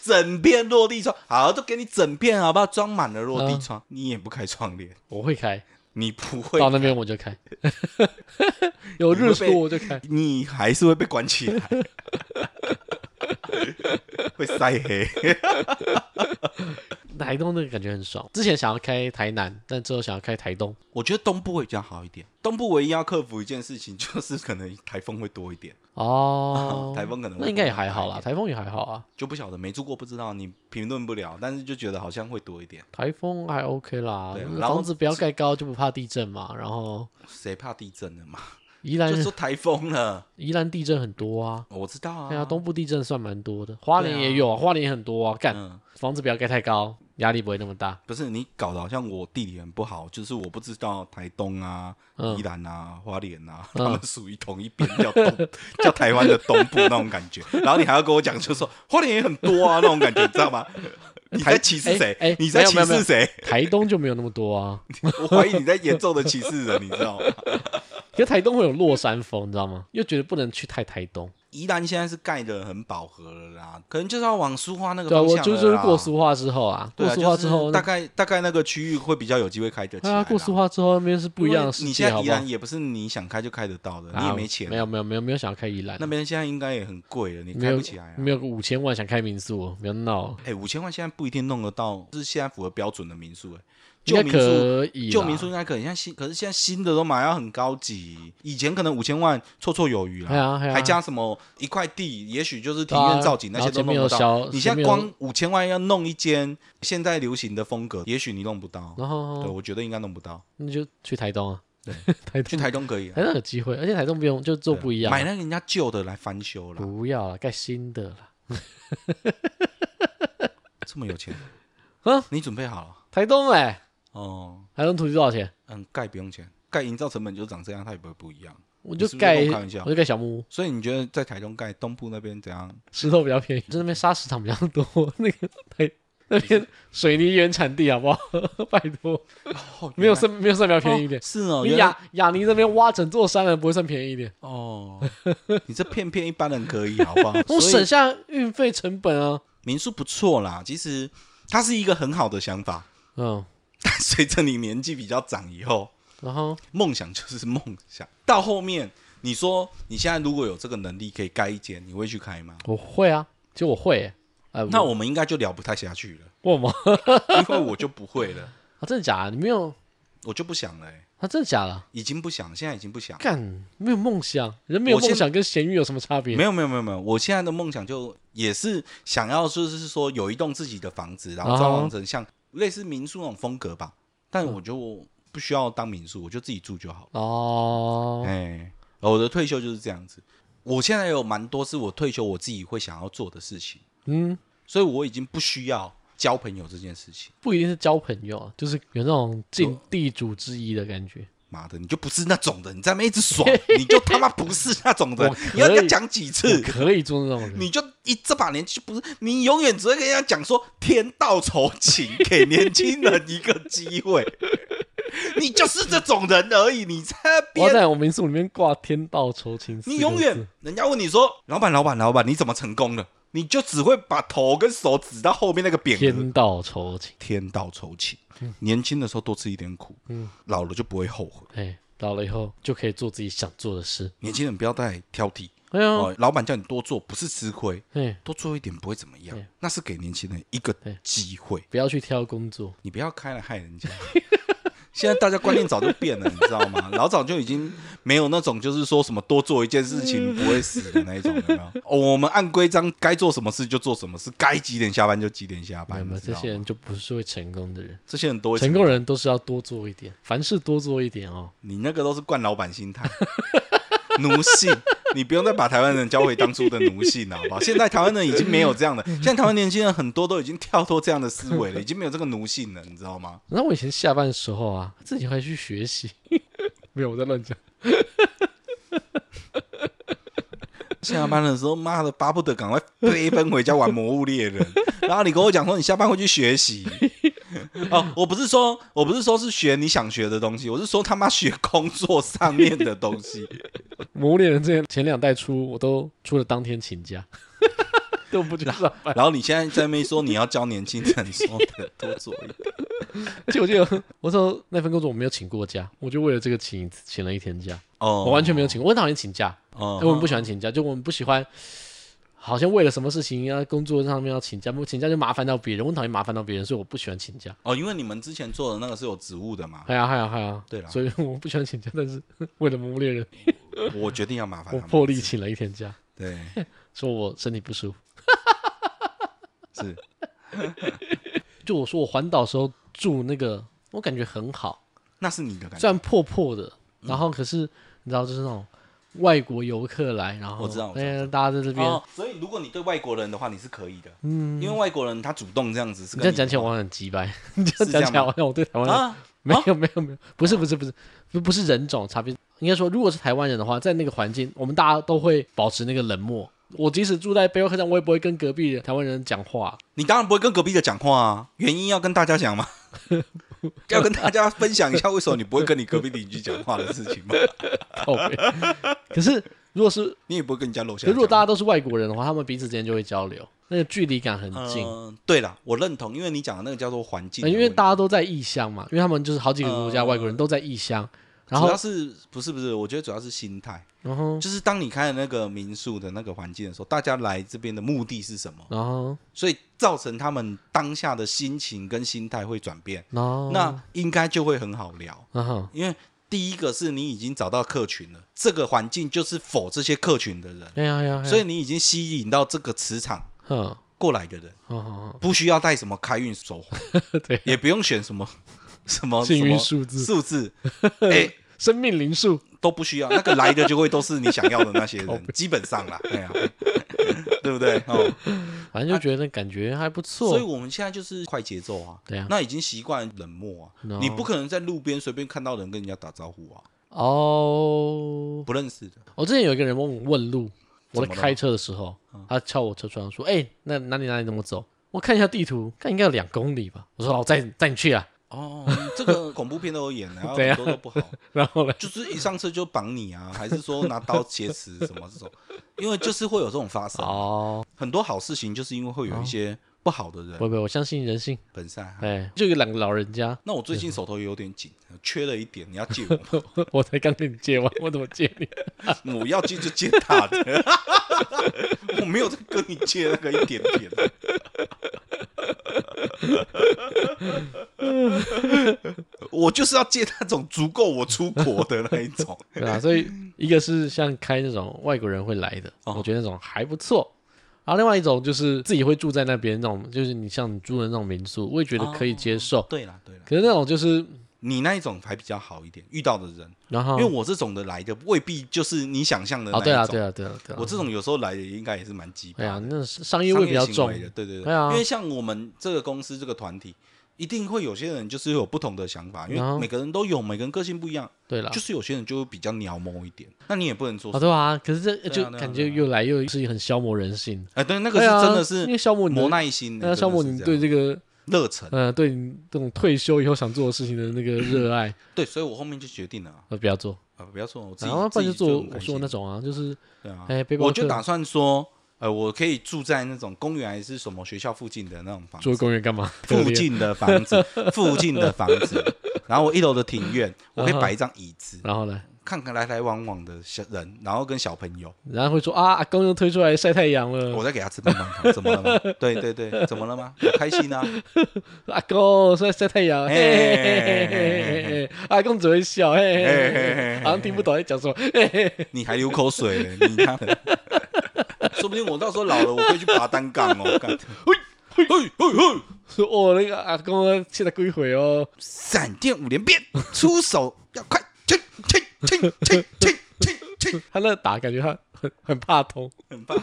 Speaker 2: 整片落地窗，好，就给你整片，好不好？装满了落地窗，
Speaker 1: 嗯
Speaker 2: 你也不开窗帘，
Speaker 1: 我会开，
Speaker 2: 你不会
Speaker 1: 到那边我就开， [laughs] 有日出我就开。
Speaker 2: 你还是会被关起来，会晒黑。 [laughs]
Speaker 1: 台东那个感觉很爽，之前想要开台南，但之后想要开台东。
Speaker 2: 我觉得东部会比较好一点。东部唯一要克服一件事情，就是可能台风会多一点，，
Speaker 1: 哦
Speaker 2: [laughs] 台风可能会
Speaker 1: 那应该也还好啦，台风也还好啊，
Speaker 2: 就不晓得没住过不知道，你评论不了，但是就觉得好像会多一点。
Speaker 1: 台风还 OK 啦
Speaker 2: 对，然后
Speaker 1: 房子不要盖高就不怕地震嘛。然后
Speaker 2: 谁怕地震了嘛？
Speaker 1: 宜兰
Speaker 2: 就说台风了，
Speaker 1: 宜兰地震很多啊，
Speaker 2: 我知道啊。
Speaker 1: 对啊，东部地震算蛮多的，花莲也有啊，花莲也很多啊，干
Speaker 2: 嗯，
Speaker 1: 房子不要盖太高，压力不会那么大。
Speaker 2: 不是你搞得好像我地理很不好，就是我不知道台东啊、
Speaker 1: 嗯
Speaker 2: 宜兰啊、花莲啊，
Speaker 1: 嗯
Speaker 2: 他们属于同一边，叫东 [laughs] 叫台湾的东部那种感觉。然后你还要跟我讲，就说花莲也很多啊那种感觉，你
Speaker 1: [laughs]
Speaker 2: 知道吗？你在歧视谁
Speaker 1: 哎哎？
Speaker 2: 你在歧
Speaker 1: 没有没有没
Speaker 2: 视
Speaker 1: 有 [laughs]
Speaker 2: 谁？
Speaker 1: 台东就没有那么多啊，
Speaker 2: 我怀疑你在严重的歧视人，你知道吗？ [laughs]
Speaker 1: 可是台东会有落山风，你知道吗？又觉得不能去太台东。
Speaker 2: 宜兰现在是盖的很饱和了啦，可能就是要往苏花那个
Speaker 1: 对啊，
Speaker 2: 方
Speaker 1: 我
Speaker 2: 向
Speaker 1: 就
Speaker 2: 了
Speaker 1: 就是
Speaker 2: 啦
Speaker 1: 过苏化之后啊，
Speaker 2: 对
Speaker 1: 过
Speaker 2: 啊，
Speaker 1: 苏化
Speaker 2: 就
Speaker 1: 之
Speaker 2: 是
Speaker 1: 后
Speaker 2: 大
Speaker 1: 那，
Speaker 2: 概大概那个区域会比较有机会开得起来啦。
Speaker 1: 啊，过苏化之后那边是不一样的世
Speaker 2: 你
Speaker 1: 界，
Speaker 2: 现在
Speaker 1: 好
Speaker 2: 宜
Speaker 1: 不好
Speaker 2: 兰？也不是你想开就开得到的，你
Speaker 1: 啊
Speaker 2: 也没钱
Speaker 1: 没，有没有没有没有想要开宜兰
Speaker 2: 那，边现在应该也很贵了，你
Speaker 1: 没
Speaker 2: 开
Speaker 1: 有
Speaker 2: 不起来啊。
Speaker 1: 没有个五千万想开民宿，不要闹，
Speaker 2: 哎，五千万现在不一定弄得到，就是现在符合标准的民宿。哎，
Speaker 1: 应
Speaker 2: 旧
Speaker 1: 该
Speaker 2: 民宿
Speaker 1: 可以啦，
Speaker 2: 旧民宿应该可以，像新可是现在新的都买要很高级，以前可能五千万绰绰有余啦。
Speaker 1: 哎呀哎呀
Speaker 2: 还加什么一块地，也许就是庭
Speaker 1: 对啊
Speaker 2: 院造景那
Speaker 1: 然
Speaker 2: 些
Speaker 1: 后
Speaker 2: 都
Speaker 1: 前
Speaker 2: 弄
Speaker 1: 面
Speaker 2: 不
Speaker 1: 有
Speaker 2: 到。
Speaker 1: 小，
Speaker 2: 你
Speaker 1: 前
Speaker 2: 现在
Speaker 1: 面有
Speaker 2: 光五千万要弄一间现在流行的风格，也许你弄不到。
Speaker 1: 然
Speaker 2: 对，
Speaker 1: 后
Speaker 2: 我觉得应该弄不到。
Speaker 1: 那就去台东啊，
Speaker 2: 对
Speaker 1: 台
Speaker 2: 去
Speaker 1: 东
Speaker 2: 台东可以、啊，
Speaker 1: 台东有机会，而且台东不用就做不一样
Speaker 2: 买
Speaker 1: 啊，
Speaker 2: 那个人家旧的来翻修啦，
Speaker 1: 不要了，盖新的啦。
Speaker 2: 这么有钱
Speaker 1: 啊？
Speaker 2: 你准备好了？
Speaker 1: 台东哎，
Speaker 2: 哦，
Speaker 1: 台东土地多少钱？
Speaker 2: 嗯，盖不用钱，盖营造成本就长这样，它也不会不一样。
Speaker 1: 我
Speaker 2: 你
Speaker 1: 就是
Speaker 2: 不是
Speaker 1: 盖
Speaker 2: 跟我开玩笑
Speaker 1: 我就盖小木屋，
Speaker 2: 所以你觉得在台东盖东部那边怎样？
Speaker 1: 石头比较
Speaker 2: [laughs]
Speaker 1: 便宜，就那边砂石场比较多， [laughs] 那个台那边水泥原产地好不 [laughs] 好？拜托，
Speaker 2: 哦
Speaker 1: 没有算没有算比较便宜一点
Speaker 2: 哦。是哦，
Speaker 1: 你
Speaker 2: 原来
Speaker 1: 雅雅尼这边挖整座山了，不会算便宜一点？
Speaker 2: 哦，你这骗骗一般人可以好不好？
Speaker 1: [laughs] 我
Speaker 2: 所以
Speaker 1: 省下运费成本啊。
Speaker 2: 民宿不错啦，其实它是一个很好的想法，
Speaker 1: 嗯，
Speaker 2: 但随着你年纪比较长以后，
Speaker 1: 然后
Speaker 2: 梦想就是梦想，到后面。你说你现在如果有这个能力可以盖一间，你会去开吗？
Speaker 1: 我会啊，其实我会欸、呃，
Speaker 2: 那我们应该就聊不太下去了， [laughs]
Speaker 1: 我吗？
Speaker 2: 因为我就不会了，
Speaker 1: 啊，真的假的？你没有？
Speaker 2: 我就不想了、欸，
Speaker 1: 啊，真的假的？
Speaker 2: 已经不想，现在已经不想。
Speaker 1: 干，没有梦想，人没有
Speaker 2: 我现
Speaker 1: 梦想跟咸鱼有什么差别？
Speaker 2: 没有没有没有没有，我现在的梦想就也是想要，就是说有一栋自己的房子，然后
Speaker 1: 啊
Speaker 2: 装潢成像类似民宿那种风格吧。但我就不需要当民宿，我就自己住就好了。
Speaker 1: 哦，
Speaker 2: 哎、我的退休就是这样子。我现在有蛮多是我退休我自己会想要做的事情，
Speaker 1: 嗯，
Speaker 2: 所以我已经不需要交朋友这件事情。
Speaker 1: 不一定是交朋友啊，就是有那种尽地主之谊的感觉。
Speaker 2: 妈的，你就不是那种人，你在那边一直爽，你就他妈不是那种人
Speaker 1: 我可，以
Speaker 2: 你要人家讲几次
Speaker 1: 我？可以做那种人，
Speaker 2: 嗯你就一这把年纪不是，你永远只会跟人家讲说天道酬勤，给年轻人一个机会。 [laughs] 你就是这种人而已，你在那
Speaker 1: 我要
Speaker 2: 边，
Speaker 1: 在我民宿里面挂“天道酬勤”四个字。
Speaker 2: 你永远人家问你说，老板，老板，老板，你怎么成功的？你就只会把头跟手指到后面那个匾额。
Speaker 1: 天道酬勤，
Speaker 2: 天道酬勤，
Speaker 1: 嗯
Speaker 2: 年轻的时候多吃一点苦，老了就不会后悔。
Speaker 1: 哎，老了以后就可以做自己想做的事。
Speaker 2: 年轻人不要太挑剔
Speaker 1: 哎呀，
Speaker 2: 哦，老板叫你多做不是吃亏，
Speaker 1: 哎，
Speaker 2: 多做一点不会怎么样
Speaker 1: 对，
Speaker 2: 那是给年轻人一个
Speaker 1: 对
Speaker 2: 机会。
Speaker 1: 不要去挑工作，
Speaker 2: 你不要开了害人家。 [laughs] 现在大家观念早就变了，你知道吗？老早就已经没有那种就是说什么多做一件事情不会死的那一种，有没有？哦，我们按规章该做什么事就做什么事，该几点下班就几点下
Speaker 1: 没有
Speaker 2: 班，
Speaker 1: 没有
Speaker 2: 你知
Speaker 1: 哎这
Speaker 2: 道
Speaker 1: 些
Speaker 2: 吗？
Speaker 1: 人就不是会成功的人，
Speaker 2: 这些人都会
Speaker 1: 成功人都是要多做一点，凡事多做一点哦。
Speaker 2: 你那个都是惯老板心态，奴性。你不用再把台湾人教回当初的奴性了，好不好？现在台湾人已经没有这样的，现在台湾年轻人很多都已经跳脱这样的思维了，已经没有这个奴性了，你知道吗？
Speaker 1: 那我以前下班的时候啊，自己还去学习， [laughs] 没有我在乱讲。
Speaker 2: 下班的时候，妈的，巴不得赶快飞奔回家玩《魔物
Speaker 1: [laughs]
Speaker 2: 猎人》，然后你跟我讲说你下班会去学习。哦，我不是说，我不是说是学你想学的东西，我是说他妈学工作上面的东
Speaker 1: [laughs]
Speaker 2: 西。
Speaker 1: 《魔物猎人》这前两代出，我都出了当天请假， [laughs] 都不去上班。
Speaker 2: 然后你现在在那边说你要教年轻人说的多做一点。
Speaker 1: 就我记得我说那份工作我没有请过假，我就为了这个请请了一天假，
Speaker 2: 哦，
Speaker 1: [laughs] 我完全没有请，我很讨厌请假，
Speaker 2: 哦
Speaker 1: 因为我们不喜欢请假，就我们不喜欢。好像为了什么事情要工作上面要请假，不请假就麻烦到别人，我很讨厌麻烦到别人，所以我不喜欢请假。
Speaker 2: 哦，因为你们之前做的那个是有职务
Speaker 1: [laughs]
Speaker 2: 的嘛，
Speaker 1: 嗨呀嗨呀嗨哎呀！
Speaker 2: 啊对啦
Speaker 1: 所以我不喜欢请假，但是 [laughs] 为了《魔物猎人》，
Speaker 2: 我决定要麻烦
Speaker 1: [laughs] 我
Speaker 2: 他们。
Speaker 1: 破例请了一天假，
Speaker 2: 对，
Speaker 1: 说我身体不舒服。
Speaker 2: 是
Speaker 1: 就我说我环岛时候住那个，我感觉很好，
Speaker 2: 那是你的感
Speaker 1: 虽
Speaker 2: 觉，嗯
Speaker 1: 然破破的，然后可是你知道，就是那种外国游客来，然后
Speaker 2: 我知道我知道
Speaker 1: 哎大家在这边，
Speaker 2: 哦，所以如果你对外国人的话，你是可以的，嗯，因为外国人他主动这样子是
Speaker 1: 你
Speaker 2: 跟
Speaker 1: 这样讲
Speaker 2: 你
Speaker 1: 起来我很鸡掰， [laughs] 你这样讲起
Speaker 2: 这
Speaker 1: 来
Speaker 2: 样
Speaker 1: 好像我对台湾人、
Speaker 2: 啊，哦
Speaker 1: 没有没有没有，不是不是不是不不是人种差别，应该说如果是台湾人的话，在那个环境，我们大家都会保持那个冷漠。我即使住在背包客栈，我也不会跟隔壁人台湾人讲话。
Speaker 2: 你当然不会跟隔壁的讲话啊，原因要跟大家
Speaker 1: [laughs]
Speaker 2: 讲嘛，要跟大家分享一下为什么你不会跟你隔壁邻居讲话的事情
Speaker 1: [laughs]
Speaker 2: 嘛，
Speaker 1: 靠北
Speaker 2: [laughs]
Speaker 1: 可是如果是
Speaker 2: 你也不会跟人家楼下
Speaker 1: 可是
Speaker 2: 讲。
Speaker 1: 如果大家都是外国人的话，他们彼此之间就会交流，那个距离感很近。
Speaker 2: 嗯，对了，我认同，因为你讲的那个叫做环境
Speaker 1: 呃
Speaker 2: 的问
Speaker 1: 因
Speaker 2: 题，
Speaker 1: 为大家都在异乡嘛，因为他们就是好几个国家
Speaker 2: 呃
Speaker 1: 外国人都在异乡，然
Speaker 2: 主
Speaker 1: 后
Speaker 2: 要是不是不是，我觉得主要是心态，
Speaker 1: 然后
Speaker 2: 就是当你开了那个民宿的那个环境的时候，大家来这边的目的是什么？
Speaker 1: 然后
Speaker 2: 所以造成他们当下的心情跟心态会转变，
Speaker 1: 然后
Speaker 2: 那应该就会很好聊。
Speaker 1: 然后
Speaker 2: 因为第一个是你已经找到客群了，这个环境就是否这些客群的人，
Speaker 1: 哎呀哎呀，哎呀
Speaker 2: 所以你已经吸引到这个磁场
Speaker 1: 哼，
Speaker 2: 过来的人，
Speaker 1: 好好好，
Speaker 2: 不需要带什么开运手环，
Speaker 1: [laughs] 对，啊
Speaker 2: 也不用选什么 [laughs] 什么
Speaker 1: 幸
Speaker 2: 什
Speaker 1: 运
Speaker 2: 么
Speaker 1: 数字、
Speaker 2: 数字， [laughs] 哎，
Speaker 1: 生命灵数，
Speaker 2: 都不需要，那个来的就会都是你想要的
Speaker 1: [laughs]
Speaker 2: 那些
Speaker 1: 哦
Speaker 2: 人，基本上啦，哎呀， [laughs] 对不对？哦，
Speaker 1: 反正就觉得感觉还不错
Speaker 2: 所以。我们现在就是快节奏啊，
Speaker 1: 对啊
Speaker 2: 那已经习惯冷漠啊
Speaker 1: No
Speaker 2: 你不可能在路边随便看到人跟人家打招呼啊，
Speaker 1: 哦，
Speaker 2: 不认识的，
Speaker 1: 我之前有一个人问我问路，我在
Speaker 2: 怎么了嗯
Speaker 1: 开车的时候，他敲我车窗说：“哎，那哪里哪里怎么走？”我看一下地图，看应该有两公里吧。我说：“老载载你去啊。 [laughs]
Speaker 2: 哦，这个 [laughs] 恐怖片都有演 [laughs] 啊，然后
Speaker 1: 怎
Speaker 2: 很
Speaker 1: 样
Speaker 2: 多都不好，”
Speaker 1: 然后呢，
Speaker 2: 就是一上车就绑你啊，还是说拿刀挟持什么这种，因为就是会有这种发生，
Speaker 1: 哦，
Speaker 2: 很多好事情就是因为会有一些不好的人
Speaker 1: 不不，我相信人性。
Speaker 2: 本善啊。
Speaker 1: 哎，就有两个老人家， [laughs]
Speaker 2: 那我最近手头有点紧，缺了一点，你要借我吗？
Speaker 1: 我才刚跟你借完，我怎么借你？
Speaker 2: 我要借就借他的，我没有在跟你借那个一点 [laughs] 点的。我就是要借那种足够我出国的那一种，
Speaker 1: 对啊，所以一个是像开那种外国人会来的，
Speaker 2: 哦
Speaker 1: 我觉得那种还不错。然后另外一种就是自己会住在那边那种，就是你像你住的那种民宿，我也觉得可以接受。
Speaker 2: 对啦对啦，
Speaker 1: 可是那种就是，
Speaker 2: 你那一种还比较好一点，遇到的人，
Speaker 1: 然后
Speaker 2: 因为我这种的来的未必就是你想象的那
Speaker 1: 哦，
Speaker 2: 一
Speaker 1: 对
Speaker 2: 种。
Speaker 1: 啊，对啊，对啊，对啊
Speaker 2: 我，这种有时候来的应该也是蛮鸡巴
Speaker 1: 哎
Speaker 2: 的。
Speaker 1: 呀，那商业
Speaker 2: 因
Speaker 1: 味
Speaker 2: 为
Speaker 1: 比较重，
Speaker 2: 的，对对对，
Speaker 1: 对啊
Speaker 2: 因为像我们这个公司这个团体，一定会有些人就是有不同的想法，因
Speaker 1: 然后
Speaker 2: 为每个人都有，每个人个性不一样，
Speaker 1: 对啦
Speaker 2: 就，是有些人就会比较鸟毛一点，那你也不能说
Speaker 1: 啊，
Speaker 2: 什么，
Speaker 1: 对啊，可是这
Speaker 2: 啊
Speaker 1: 就
Speaker 2: 对啊
Speaker 1: 感
Speaker 2: 对
Speaker 1: 觉
Speaker 2: 啊
Speaker 1: 又来又是很消磨人性。
Speaker 2: 哎，对，那
Speaker 1: 那
Speaker 2: 个是真的是
Speaker 1: 啊因为消磨你的
Speaker 2: 磨，耐心的，
Speaker 1: 那消磨
Speaker 2: 真
Speaker 1: 你
Speaker 2: 的是这
Speaker 1: 对
Speaker 2: 样
Speaker 1: 这个
Speaker 2: 热忱，
Speaker 1: 呃，对你这种退休以后想做的事情的那个热爱， [laughs]
Speaker 2: 对，所以我后面就决定了啊
Speaker 1: 呃，不要做。
Speaker 2: 啊，不要说我自己，
Speaker 1: 然后不
Speaker 2: 自
Speaker 1: 然就
Speaker 2: 己
Speaker 1: 做
Speaker 2: 很
Speaker 1: 我
Speaker 2: 开
Speaker 1: 说
Speaker 2: 心
Speaker 1: 的那，种啊，就是
Speaker 2: 对啊，
Speaker 1: 哎背包
Speaker 2: 我就
Speaker 1: 客
Speaker 2: 打算说。呃，我可以住在那种公园还是什么学校附近的那种房子
Speaker 1: 住公园干嘛？ [laughs]
Speaker 2: 附近的
Speaker 1: [laughs] 嗯
Speaker 2: 房子，附近的房子，然后我一楼的庭院，我可以摆一张椅子，
Speaker 1: 然后呢？
Speaker 2: 看看来来往往的小人，然后跟小朋友，
Speaker 1: 然后会说啊，阿公又推出来晒太阳了
Speaker 2: 我，在给他吃棒棒糖，怎么
Speaker 1: [laughs]
Speaker 2: 了吗？对对对，怎么了吗？我开心啊！
Speaker 1: 阿公晒晒太阳，嘿嘿嘿嘿嘿嘿嘿，阿公只会笑，嘿嘿嘿嘿嘿， [laughs] 好像听不懂在讲什么，嘿嘿嘿
Speaker 2: 你还流口水嘞，你
Speaker 1: [laughs]
Speaker 2: 看，说不定我到时候老了，我可以去爬单杠哦。干
Speaker 1: 嘿嘿嘿，说哦，那个阿公现在归回哦，
Speaker 2: 闪电五连鞭，出手要快，去去去去去去去，
Speaker 1: 他那打感觉他很很怕痛，
Speaker 2: 很棒。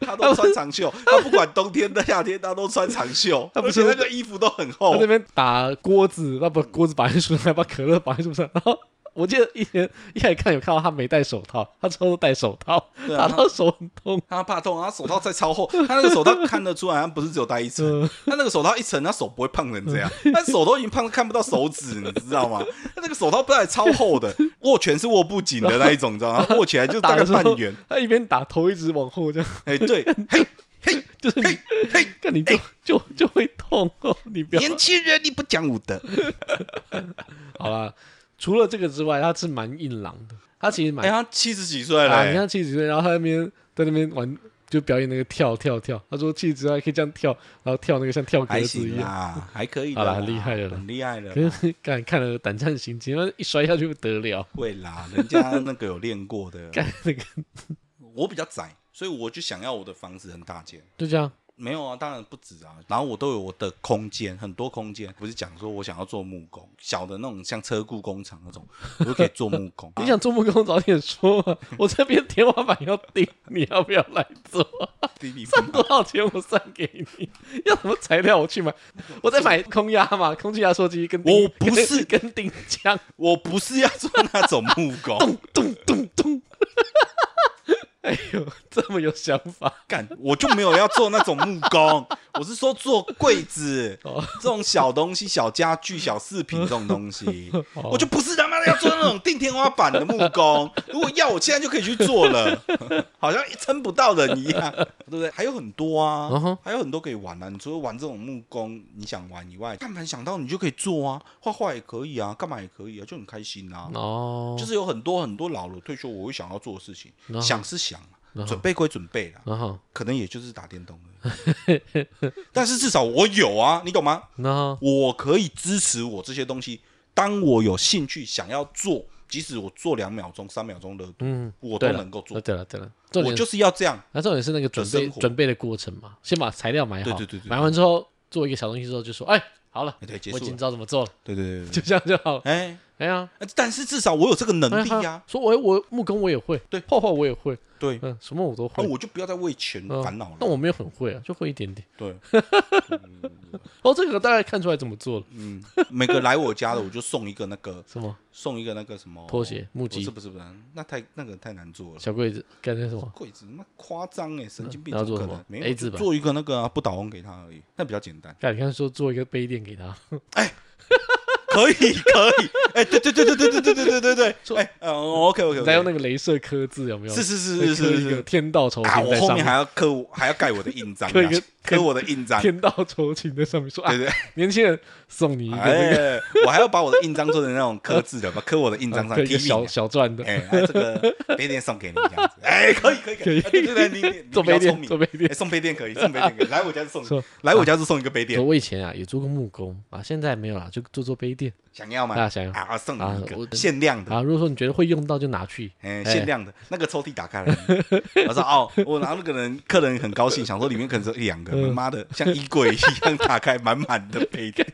Speaker 2: 他都穿长袖，他不管冬天的夏天，他都穿长袖，
Speaker 1: 他不
Speaker 2: 而
Speaker 1: 是
Speaker 2: 且那个衣服都很
Speaker 1: 他
Speaker 2: 厚
Speaker 1: 那。边打锅子，他把锅子绑在树上，把可乐绑在树上，然后。我记得以前一开始看有看到他没戴手套，他之后都戴手套，
Speaker 2: 对
Speaker 1: 打
Speaker 2: 啊
Speaker 1: 到手很痛。
Speaker 2: 他怕痛，他手套再超厚，他那个手套看得出来，他不是只有戴一层
Speaker 1: 嗯，
Speaker 2: 他那个手套一层，他手不会胖成这样，他手都已经胖得看不到手指，你知道吗？他那个手套不然超厚的，握拳是握不紧的那一种，你知道吗？他握起哎来就大
Speaker 1: 打
Speaker 2: 概
Speaker 1: 的时候
Speaker 2: 半圆，，
Speaker 1: 他一边打头一直往后这样，
Speaker 2: 哎，对，嘿，
Speaker 1: [laughs]
Speaker 2: 嘿，
Speaker 1: 就是你
Speaker 2: 嘿，嘿，
Speaker 1: 看你就就就会痛哦，你不要
Speaker 2: 年轻人你不讲武德，
Speaker 1: 好啦，除了这个之外，他是蛮硬朗的，他其实蛮
Speaker 2: 哎，他七十几岁了
Speaker 1: 啊，你
Speaker 2: 欸，
Speaker 1: 看七十岁，然后他在那边在那边玩，就表演那个跳跳跳。他说七十岁还可以这样跳，然后跳那个像跳格
Speaker 2: 还
Speaker 1: 子一
Speaker 2: 行啊
Speaker 1: 样。
Speaker 2: [laughs] 啦，还可以的
Speaker 1: 好
Speaker 2: 啦，
Speaker 1: 啦很厉害的啦
Speaker 2: 很厉害的
Speaker 1: 可
Speaker 2: 啦，
Speaker 1: 是看看了胆战心惊，那一摔下去不得了，
Speaker 2: 会啦，人家那个有练过
Speaker 1: [laughs]
Speaker 2: 的，
Speaker 1: 干那个
Speaker 2: 我比较窄，所以我就想要我的房子很大间。
Speaker 1: 就这样。。
Speaker 2: 没有啊，当然不止啊。然后我都有我的空间，很多空间。不是讲说我想要做木工，小的那种像车库工厂那种，我就可以做木工
Speaker 1: [laughs] 你想做木工早点说嘛，我这边天花板要钉，你要不要来做？ [laughs]
Speaker 2: 弟弟
Speaker 1: 赚多少钱我算给你，要什么材料我去
Speaker 2: [laughs]
Speaker 1: 买，我再买空压嘛，空气压缩机跟钉
Speaker 2: 我不是
Speaker 1: 跟跟钉枪，
Speaker 2: 我不是要做那种木
Speaker 1: [laughs]
Speaker 2: 工，
Speaker 1: 咚咚咚咚，哎呦，这么有想法，
Speaker 2: 干我就没有要做那种木
Speaker 1: [laughs]
Speaker 2: 工。我是说做柜子
Speaker 1: 哦
Speaker 2: 这种小东西、小家具、小饰
Speaker 1: [laughs]
Speaker 2: 品这种东西，
Speaker 1: 哦
Speaker 2: 我就不是他妈的要做那种钉天花板的木
Speaker 1: [laughs]
Speaker 2: 工。如果要，我现在就可以去做了，好像撑不到人一
Speaker 1: [laughs]
Speaker 2: 样，对不对？还有很多啊
Speaker 1: 嗯哼
Speaker 2: 还有很多可以玩啊。你除了玩这种木工，你想玩以外，干嘛想到你就可以做啊，画画也可以啊，干嘛也可以啊，就很开心啊。
Speaker 1: 哦
Speaker 2: 就是有很多很多老了退休我会想要做的事情
Speaker 1: 嗯哼，
Speaker 2: 想是想嘛
Speaker 1: 嗯哼
Speaker 2: 准备归准备啦，
Speaker 1: 然后，
Speaker 2: 可能也就是打电动了。 [laughs] 但是至少我有啊，你懂吗？
Speaker 1: 然后，
Speaker 2: 我可以支持我这些东西。当我有兴趣想要做，即使我做两秒钟、三秒钟热度，
Speaker 1: 嗯，
Speaker 2: 我
Speaker 1: 对
Speaker 2: 都
Speaker 1: 了
Speaker 2: 能够
Speaker 1: 哦
Speaker 2: 做。
Speaker 1: 对了对了，重
Speaker 2: 我
Speaker 1: 点
Speaker 2: 就是要这样，
Speaker 1: 那重点是那个准备
Speaker 2: 生活
Speaker 1: 准备的过程嘛，先把材料买好，
Speaker 2: 对对对对
Speaker 1: 买完之后做一个小东西之后就说，哎，好了，
Speaker 2: 哎对，结
Speaker 1: 我已
Speaker 2: 束
Speaker 1: 经
Speaker 2: 了。
Speaker 1: 知道怎么做了， [laughs]
Speaker 2: 对对对对
Speaker 1: 就
Speaker 2: 对，
Speaker 1: 这样就好了。
Speaker 2: 哎，
Speaker 1: 哎呀，
Speaker 2: 但是至少我有这个能力
Speaker 1: 哎
Speaker 2: 呀
Speaker 1: [laughs] 他。说我我木工我也会，
Speaker 2: 对
Speaker 1: 画画我也会， [laughs]
Speaker 2: 对，
Speaker 1: 嗯，什么我都
Speaker 2: 那
Speaker 1: 会。
Speaker 2: 我就不要再为钱
Speaker 1: 嗯
Speaker 2: 烦恼了。
Speaker 1: 但我没有很会啊，就会一点点。
Speaker 2: 对，
Speaker 1: 哦，这个大概看出来怎么做了，
Speaker 2: 嗯，每个来我家的，我就送一个那个，
Speaker 1: 什么
Speaker 2: 送一个那个什么
Speaker 1: 拖鞋、木
Speaker 2: 不是
Speaker 1: 屐、
Speaker 2: 不是不是，那太那个太难做了。
Speaker 1: 小柜子，干那什么？
Speaker 2: 柜子那夸张哎，神经病，
Speaker 1: 那要
Speaker 2: 怎
Speaker 1: 做
Speaker 2: 么可
Speaker 1: 什么
Speaker 2: 能？没
Speaker 1: A
Speaker 2: 有，
Speaker 1: 字
Speaker 2: 就
Speaker 1: 吧
Speaker 2: 做一个那个啊不倒翁给他而已，那比较简单。
Speaker 1: 干，你看说做一个杯垫给他，
Speaker 2: 可以可以，哎、对对对对对对对对对对对，哎、嗯、OK OK，,
Speaker 1: 再用那个镭射刻字有没有？
Speaker 2: 是是是是
Speaker 1: 刻
Speaker 2: 是
Speaker 1: 一个
Speaker 2: 是
Speaker 1: 天道酬
Speaker 2: 啊，
Speaker 1: 勤
Speaker 2: 我
Speaker 1: 在
Speaker 2: 后
Speaker 1: 上
Speaker 2: 面还
Speaker 1: 面，
Speaker 2: 要刻我还要盖我的印章啊，
Speaker 1: 刻一个
Speaker 2: 刻我的印章，对
Speaker 1: 天道酬勤在上面说啊，
Speaker 2: 对
Speaker 1: 年轻人送你一个那个
Speaker 2: 哎，我还要把我的印章做成那种刻字的，把刻我的印章上
Speaker 1: 刻一
Speaker 2: 贴
Speaker 1: 个小
Speaker 2: 名。
Speaker 1: 小钻的，
Speaker 2: 哎，哎这个杯垫送给你这样子，哎，可以可以可
Speaker 1: [laughs]
Speaker 2: 以，
Speaker 1: 可
Speaker 2: 啊
Speaker 1: 以
Speaker 2: 对对对，你你你
Speaker 1: [laughs] 做
Speaker 2: 比较
Speaker 1: 杯
Speaker 2: 聪
Speaker 1: 垫，
Speaker 2: 明
Speaker 1: 做，杯垫
Speaker 2: 哎，。送杯垫可以，送杯垫可以，来我家就
Speaker 1: 说
Speaker 2: 送，来我家就送一个杯
Speaker 1: 说
Speaker 2: 垫，
Speaker 1: 我以前啊也做过木工啊，现在没有啦，就做做杯垫
Speaker 2: 想要吗？
Speaker 1: 啊想要
Speaker 2: 啊，送你一
Speaker 1: 啊我
Speaker 2: 个限量的，
Speaker 1: 啊。如果说你觉得会用到就拿去，
Speaker 2: 哎，限量的，那个抽屉打
Speaker 1: [laughs]
Speaker 2: 开来，我说哦，我拿那个人，客人很高兴，想说里面可能只有一两个，
Speaker 1: 嗯
Speaker 2: 妈的，像衣柜一样打开，满满的杯垫，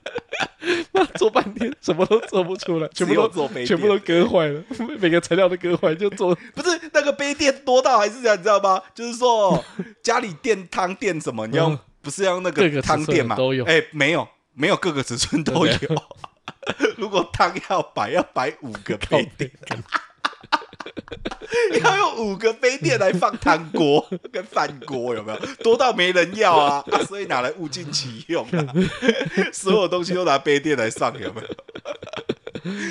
Speaker 1: [laughs] 做半天什么都做不出来， [laughs] 全部
Speaker 2: 只有
Speaker 1: 都
Speaker 2: 做杯垫
Speaker 1: 全部都割坏了， [laughs] 每个材料都割坏，就做
Speaker 2: 不是那个杯垫多到还是这样，你知道吗？就是说家里垫汤垫什么，你要
Speaker 1: 嗯
Speaker 2: 不是要用那
Speaker 1: 各
Speaker 2: 个
Speaker 1: 个尺
Speaker 2: 汤垫嘛？
Speaker 1: 寸都有
Speaker 2: 哎，没有没有，各个尺寸都有 [laughs]
Speaker 1: 对。
Speaker 2: 如果汤要摆，要摆五个
Speaker 1: 靠
Speaker 2: 杯
Speaker 1: 背
Speaker 2: 垫，。 [laughs] 要用五个杯垫来放汤锅跟饭锅，有没有？多到没人
Speaker 1: [laughs]
Speaker 2: 要啊，啊所以拿来物尽其用啊， [laughs] 所有东西都拿杯垫来上，有 [laughs] 没有？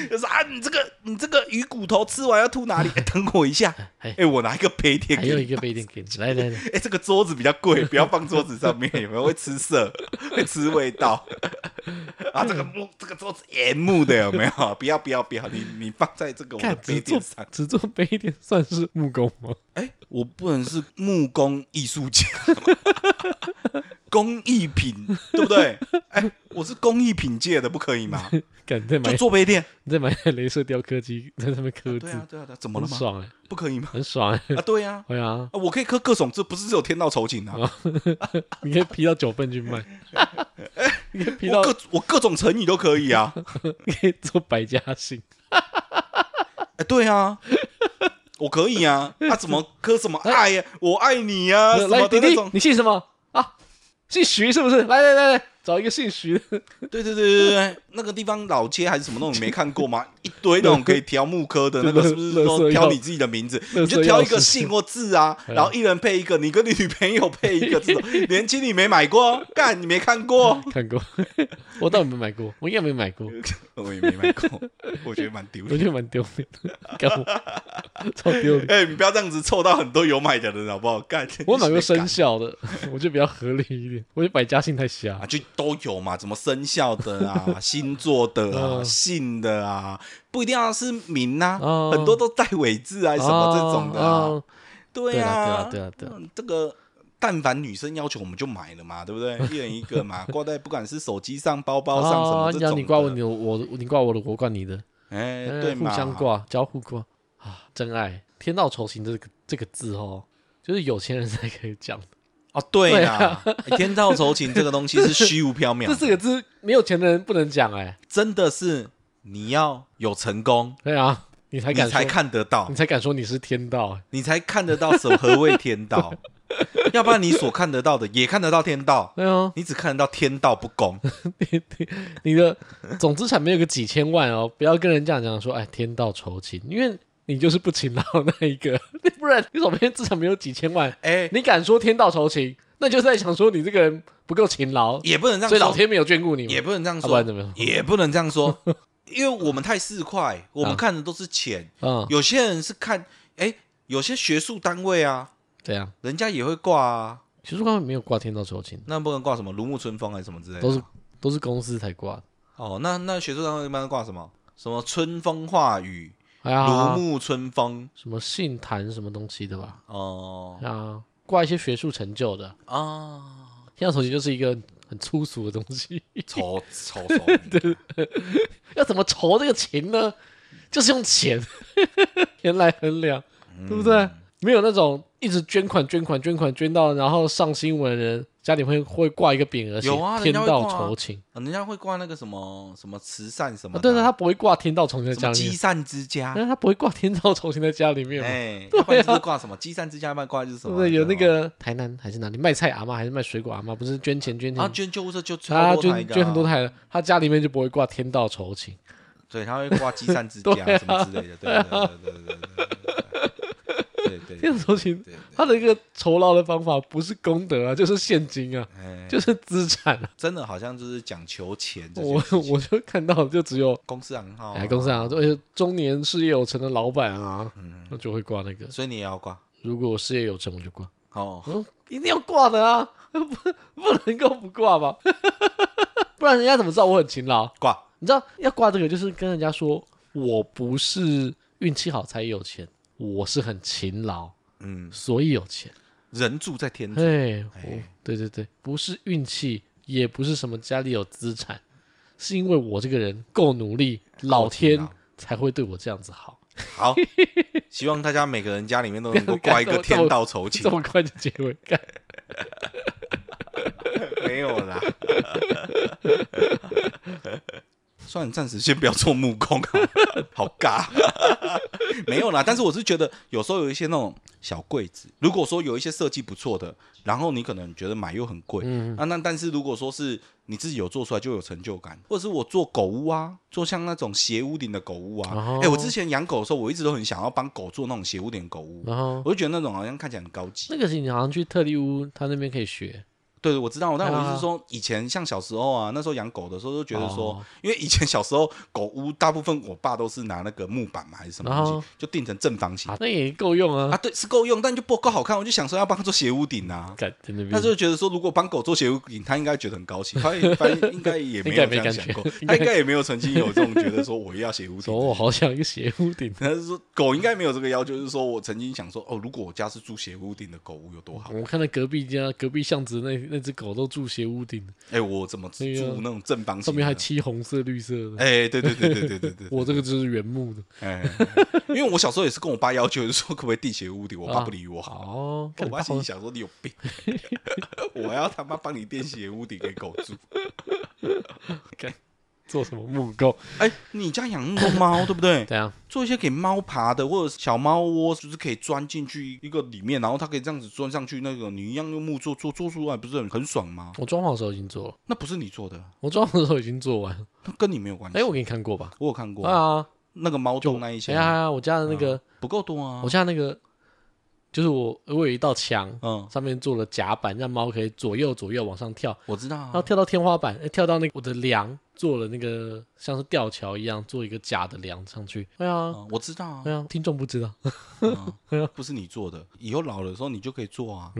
Speaker 2: 就是啊，你这个你这个鱼骨头吃完要吐哪里？哎等我一下，
Speaker 1: 哎
Speaker 2: 哎、我拿一个杯垫
Speaker 1: [laughs] 还
Speaker 2: 给
Speaker 1: 有一
Speaker 2: 你。
Speaker 1: 个杯垫给你，来来来，
Speaker 2: 哎、 [laughs] 这个桌子比较贵，不要放桌子上面，有没有会吃色，会吃味道？啊，这个木这个桌子原木的有没有？不要不要不要，你你放在这个我的
Speaker 1: 看
Speaker 2: 杯
Speaker 1: 只
Speaker 2: 垫
Speaker 1: 做
Speaker 2: 上。
Speaker 1: 只做杯垫算是木工吗？
Speaker 2: 哎、我不能是木工艺术家吗工艺品对不对？哎、我是工艺品界的，不可
Speaker 1: [laughs]
Speaker 2: 以吗？
Speaker 1: 敢再买
Speaker 2: 就做杯垫。
Speaker 1: 你再买 [laughs] 台镭射雕刻机在上面刻字
Speaker 2: 对，啊对啊对啊，怎么
Speaker 1: 很
Speaker 2: 了吗？
Speaker 1: 爽哎，
Speaker 2: 不可
Speaker 1: [laughs]
Speaker 2: 以吗？
Speaker 1: 很爽哎，
Speaker 2: 啊，对呀、啊。
Speaker 1: 会啊，
Speaker 2: 我可以刻各种字，不是只有天道酬勤啊！
Speaker 1: 哦你可以批到九份去卖，你可以批
Speaker 2: [laughs] 我
Speaker 1: 到，
Speaker 2: 各我各种成语都可以
Speaker 1: [laughs]
Speaker 2: 啊！
Speaker 1: 你可以做百家姓，
Speaker 2: 哎，对啊，我可以啊！啊，怎么刻什么爱呀、我爱你呀、啊什
Speaker 1: 来
Speaker 2: 么
Speaker 1: 弟
Speaker 2: 的
Speaker 1: 弟
Speaker 2: 那种，。
Speaker 1: 你姓什么啊？姓徐是不是？来来来来，找一个姓徐的，
Speaker 2: 对对对对对，那个地方老街还是什么那种，你没看过吗？一堆那种可以挑木科的那个，是不是
Speaker 1: 垃圾
Speaker 2: 说
Speaker 1: 钥
Speaker 2: 挑你自己的名字？
Speaker 1: 垃圾
Speaker 2: 你就挑一
Speaker 1: 钥
Speaker 2: 个
Speaker 1: 匙
Speaker 2: 姓或字啊，然后一人配一个，你跟你女朋友配一个，这种年轻你没买过，干你没看过，
Speaker 1: 看过， [laughs] 我倒没买过，我应该没买过，
Speaker 2: 我也没买过，我觉得蛮丢
Speaker 1: 我
Speaker 2: 脸。
Speaker 1: 觉得蛮丢脸的，干我超丢脸。
Speaker 2: 哎、你不要这样子凑到很多有买的人好不好？干，
Speaker 1: 我买过
Speaker 2: 谁
Speaker 1: 生
Speaker 2: 敢
Speaker 1: 肖的， [laughs] 我觉得比较合理一点，我觉得百家姓太瞎
Speaker 2: 啊，。就都有嘛，怎么生肖的啊、星座的啊、
Speaker 1: 嗯
Speaker 2: 姓的啊，不一定要是名呐、
Speaker 1: 哦
Speaker 2: 很多都带尾字啊，什么这种的啊，
Speaker 1: 哦，
Speaker 2: 对
Speaker 1: 对啦
Speaker 2: 呀，
Speaker 1: 对啦对啦对啦
Speaker 2: 嗯这个但凡女生要求，我们就买了嘛，对不对？
Speaker 1: [laughs]
Speaker 2: 一人一个嘛，挂在不管是手机上、包包上什么
Speaker 1: 哦
Speaker 2: 这
Speaker 1: 你
Speaker 2: 种
Speaker 1: 要
Speaker 2: 的。
Speaker 1: 你挂我，你我你挂我的，我挂你的，
Speaker 2: 哎，
Speaker 1: 呃
Speaker 2: 对
Speaker 1: 互
Speaker 2: 嘛，
Speaker 1: 相挂，交互挂啊，真爱。天道酬勤这个这个字哦，就是有钱人才可以讲的，
Speaker 2: 哦，对
Speaker 1: 对
Speaker 2: 啦
Speaker 1: 啊，
Speaker 2: 哎天道酬勤这个东西是虚无缥缈
Speaker 1: [laughs] 这
Speaker 2: 的，
Speaker 1: 四个字没有钱的人不能讲哎、
Speaker 2: 真的是你要有成功，
Speaker 1: 对啊，你才
Speaker 2: 你
Speaker 1: 敢说
Speaker 2: 才看得到
Speaker 1: 你，才敢说你是天道、哎
Speaker 2: 你才看得到什何谓
Speaker 1: [laughs]
Speaker 2: 天道，要不然你所看得到的也看得到天道，
Speaker 1: 对啊， [laughs]
Speaker 2: 你只看得到天道不公。
Speaker 1: 你你你的总资产没有个几千万哦，不要跟人家讲说，哎，天道酬勤，因为你就是不勤劳的那一个， [laughs] 不然你手边资产没有几千万，
Speaker 2: 哎、
Speaker 1: 你敢说天道酬勤，那你就是在想说你这个人不够勤劳，
Speaker 2: 也不能这样
Speaker 1: 所
Speaker 2: 说，
Speaker 1: 以老天没有眷顾你嘛。
Speaker 2: 也不能这样
Speaker 1: 啊不
Speaker 2: 说
Speaker 1: 然怎么样，
Speaker 2: 也不能这样
Speaker 1: [laughs]
Speaker 2: 说，因为我们太市侩，我们
Speaker 1: 啊
Speaker 2: 看的都是钱。
Speaker 1: 嗯，
Speaker 2: 有些人是看，哎，有些学术单位啊，
Speaker 1: 这样。
Speaker 2: 人家也会挂啊，
Speaker 1: 学术官没有挂天道酬勤，
Speaker 2: 那不能挂什么如沐春风还是什么之类的啊，
Speaker 1: 都是都是公司才挂的。
Speaker 2: 哦。那那学术单位一般挂什么？什么春风化雨，
Speaker 1: 哎
Speaker 2: 如
Speaker 1: 呀，
Speaker 2: 沐春风
Speaker 1: 什么信坛什么东西的吧？
Speaker 2: 哦
Speaker 1: 啊，挂一些学术成就的。
Speaker 2: 啊，
Speaker 1: 天道酬勤就是一个很粗俗的东西， [laughs]
Speaker 2: 愁愁愁，
Speaker 1: 要怎么酬这个勤呢？就是用钱 [laughs] 钱来衡量，
Speaker 2: 嗯
Speaker 1: 对不对？没有那种一直捐款、捐款、捐款捐到然后上新闻的人，家里会会挂一个匾额，写
Speaker 2: 有啊人
Speaker 1: 天
Speaker 2: 家会
Speaker 1: 道
Speaker 2: 挂啊
Speaker 1: 酬勤。
Speaker 2: 啊人家会挂那个什么什么慈善什么
Speaker 1: 啊，
Speaker 2: 的
Speaker 1: 对
Speaker 2: 啊，
Speaker 1: 对，他不会挂天道酬勤在
Speaker 2: 什
Speaker 1: 家
Speaker 2: 么啊
Speaker 1: 里
Speaker 2: 积
Speaker 1: 面，哎
Speaker 2: 善
Speaker 1: [laughs]
Speaker 2: 之家，
Speaker 1: 但是他不会挂天道酬勤在家里面嘛。
Speaker 2: 哎，要不然就是挂什么积善之家，要不然挂就是什
Speaker 1: 啊对
Speaker 2: 么
Speaker 1: 不对？有那
Speaker 2: 对吧
Speaker 1: 个台南还是哪里卖菜阿妈，还是卖水果阿妈，不是捐钱捐钱，
Speaker 2: 啊，捐救护车就
Speaker 1: 他
Speaker 2: 超多台
Speaker 1: 哦捐
Speaker 2: 的啊
Speaker 1: 捐很多，台了，他家里面就不会挂天道酬勤，
Speaker 2: 对，他会挂积善之家
Speaker 1: 对啊
Speaker 2: 什么之类的，对对对对对对对对对对对
Speaker 1: [laughs] 天道酬勤，
Speaker 2: 对对，
Speaker 1: 他的一个酬劳的方法不是功德啊， [laughs] 就是现金啊，
Speaker 2: 哎，
Speaker 1: 就是资产 [laughs] 啊。
Speaker 2: 真的好像就是讲求钱这
Speaker 1: 我
Speaker 2: 件事情，
Speaker 1: 我就看到就只有
Speaker 2: 公司很好，
Speaker 1: 哎公司，啊，而且中年事业有成的老板啊，那就会挂那个。
Speaker 2: 所以你也要挂
Speaker 1: 如果我事业有成，我就挂，
Speaker 2: 哦。
Speaker 1: 嗯，一定要挂的啊， [laughs] 不不能够不挂吧， [laughs] 不然人家怎么知道我很勤劳？
Speaker 2: 挂
Speaker 1: 你知道要挂这个，就是跟人家说我不是运气好才有钱，我是很勤劳，
Speaker 2: 嗯，
Speaker 1: 所以有钱。
Speaker 2: 人住在天主，
Speaker 1: 哎，我
Speaker 2: 哎
Speaker 1: 对对对，不是运气，也不是什么家里有资产，是因为我这个人够努力，老天才会对我这样子好。
Speaker 2: 好，希望大家每个人家里面都能够挂一个
Speaker 1: 干这么
Speaker 2: 天道酬勤
Speaker 1: 这，么快就结尾，
Speaker 2: [laughs]
Speaker 1: 干
Speaker 2: 没有啦。 [laughs] 算了，暂时先不要做木工、啊， [laughs] 好尬。 [laughs] 没有啦，但是我是觉得有时候有一些那种小柜子，如果说有一些设计不错的，然后你可能觉得买又很贵，
Speaker 1: 嗯
Speaker 2: 啊，那但是如果说是你自己有做出来就有成就感，或者是我做狗屋啊，做像那种斜屋顶的狗屋啊，哎、
Speaker 1: 哦
Speaker 2: 我之前养狗的时候，我一直都很想要帮狗做那种斜屋顶的狗屋，
Speaker 1: 然后
Speaker 2: 我就觉得那种好像看起来很高级
Speaker 1: 那个是你好像去特利屋，他那边可以学，
Speaker 2: 对，我知道，但我意思
Speaker 1: 啊
Speaker 2: 是说，以前像小时候啊，那时候养狗的时候，就觉得说，
Speaker 1: 哦
Speaker 2: 因为以前小时候狗屋大部分我爸都是拿那个木板嘛还是什么
Speaker 1: 然
Speaker 2: 东
Speaker 1: 后
Speaker 2: 西，就定成正方形
Speaker 1: 啊
Speaker 2: 啊，
Speaker 1: 那也够用啊，
Speaker 2: 对，是够用，但就不够好看，我就想说要帮他做斜屋顶啊。
Speaker 1: 干在那边，
Speaker 2: 他就觉得说，如果帮狗做斜屋顶，他应该觉得很高兴，他也
Speaker 1: [laughs]
Speaker 2: 反正应该也没
Speaker 1: 应该
Speaker 2: 有
Speaker 1: 没
Speaker 2: 这
Speaker 1: 感
Speaker 2: 样想
Speaker 1: 觉
Speaker 2: 过，
Speaker 1: 应
Speaker 2: 他
Speaker 1: 该
Speaker 2: 应该也没有曾经有这种觉得说我要斜屋
Speaker 1: 说
Speaker 2: 顶
Speaker 1: [laughs]
Speaker 2: 的
Speaker 1: 我好想一个斜屋顶，
Speaker 2: 他是说狗应该没有这个要求，就是说我曾经想说，哦，如果我家是住斜屋顶的狗屋有多 [laughs] 好？
Speaker 1: 我看到隔壁家隔壁巷子那那只狗都住斜屋顶，
Speaker 2: 哎、我怎么住
Speaker 1: 对啊
Speaker 2: 那种正方形的？
Speaker 1: 上面还漆红色绿色的，
Speaker 2: 哎、对对对对对对对，
Speaker 1: 我这个就是原木的。
Speaker 2: 哎，因为我小时候也是跟我爸要求，就是说可不可以地斜屋顶，我爸不理我。好，
Speaker 1: 哦，[laughs]
Speaker 2: 我
Speaker 1: 干
Speaker 2: 爸心里想说你有病， [laughs] 我要他妈帮你垫斜屋顶给狗
Speaker 1: [laughs]
Speaker 2: 住。
Speaker 1: 做什么木狗？
Speaker 2: 哎、你家养那么多猫对不对？ [laughs]
Speaker 1: 怎样？
Speaker 2: 做一些给猫爬的，或者小猫窝，就是可以钻进去一个里面，然后它可以这样子钻上去，那个你一样用木做做做出来，不是很很爽吗？
Speaker 1: 我装潢的时候已经做了，
Speaker 2: 那不是你做的，
Speaker 1: 我装潢的时候已经做完了。
Speaker 2: 那跟你没有关系。
Speaker 1: 哎，我给你看过吧？
Speaker 2: 我有看嗯过、
Speaker 1: 啊，
Speaker 2: 那个猫洞那一
Speaker 1: 哎
Speaker 2: 些、
Speaker 1: 呀，我家的那个，
Speaker 2: 不够多啊
Speaker 1: 我。家那个，就是我我有一道墙，
Speaker 2: 嗯，
Speaker 1: 上面做了甲板，让猫可以左右左右往上跳，
Speaker 2: 我知道
Speaker 1: 然后
Speaker 2: 啊。
Speaker 1: 跳到天花板，哎跳到那个我的梁，做了那个像是吊桥一样，做一个假的梁上去。哎呀，
Speaker 2: 嗯我知道啊
Speaker 1: 哎，呀，听众不知道， [laughs]
Speaker 2: 嗯不是你做的，以后老的时候你就可以做啊。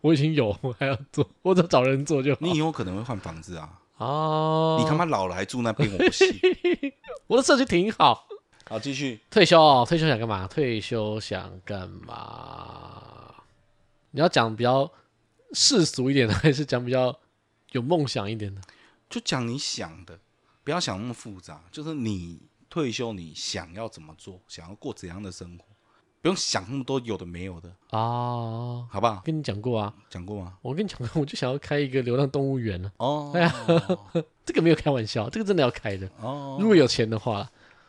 Speaker 1: 我已经有，我还要做，我只要找人做就好。
Speaker 2: 你以后可能会换房子啊！
Speaker 1: 哦，
Speaker 2: 你他妈老了还住那边，我不信。
Speaker 1: 我的设计挺好。
Speaker 2: [laughs] 好，继续。
Speaker 1: 退休哦，退休想干嘛？退休想干嘛？你要讲比较世俗一点的，还是讲比较有梦想一点的？
Speaker 2: [laughs] 就讲你想的，不要想那么复杂。就是你退休，你想要怎么做，想要过怎样的生活，不用想那么多有的没有的，
Speaker 1: 哦，
Speaker 2: 好不好？
Speaker 1: 跟你讲过啊，
Speaker 2: 讲过吗？
Speaker 1: 我跟你讲过，我就想要开一个流浪动物园了、
Speaker 2: [laughs] 哦，
Speaker 1: 这个没有开玩笑，这个真的要开的，
Speaker 2: 哦，
Speaker 1: 如果有钱的话。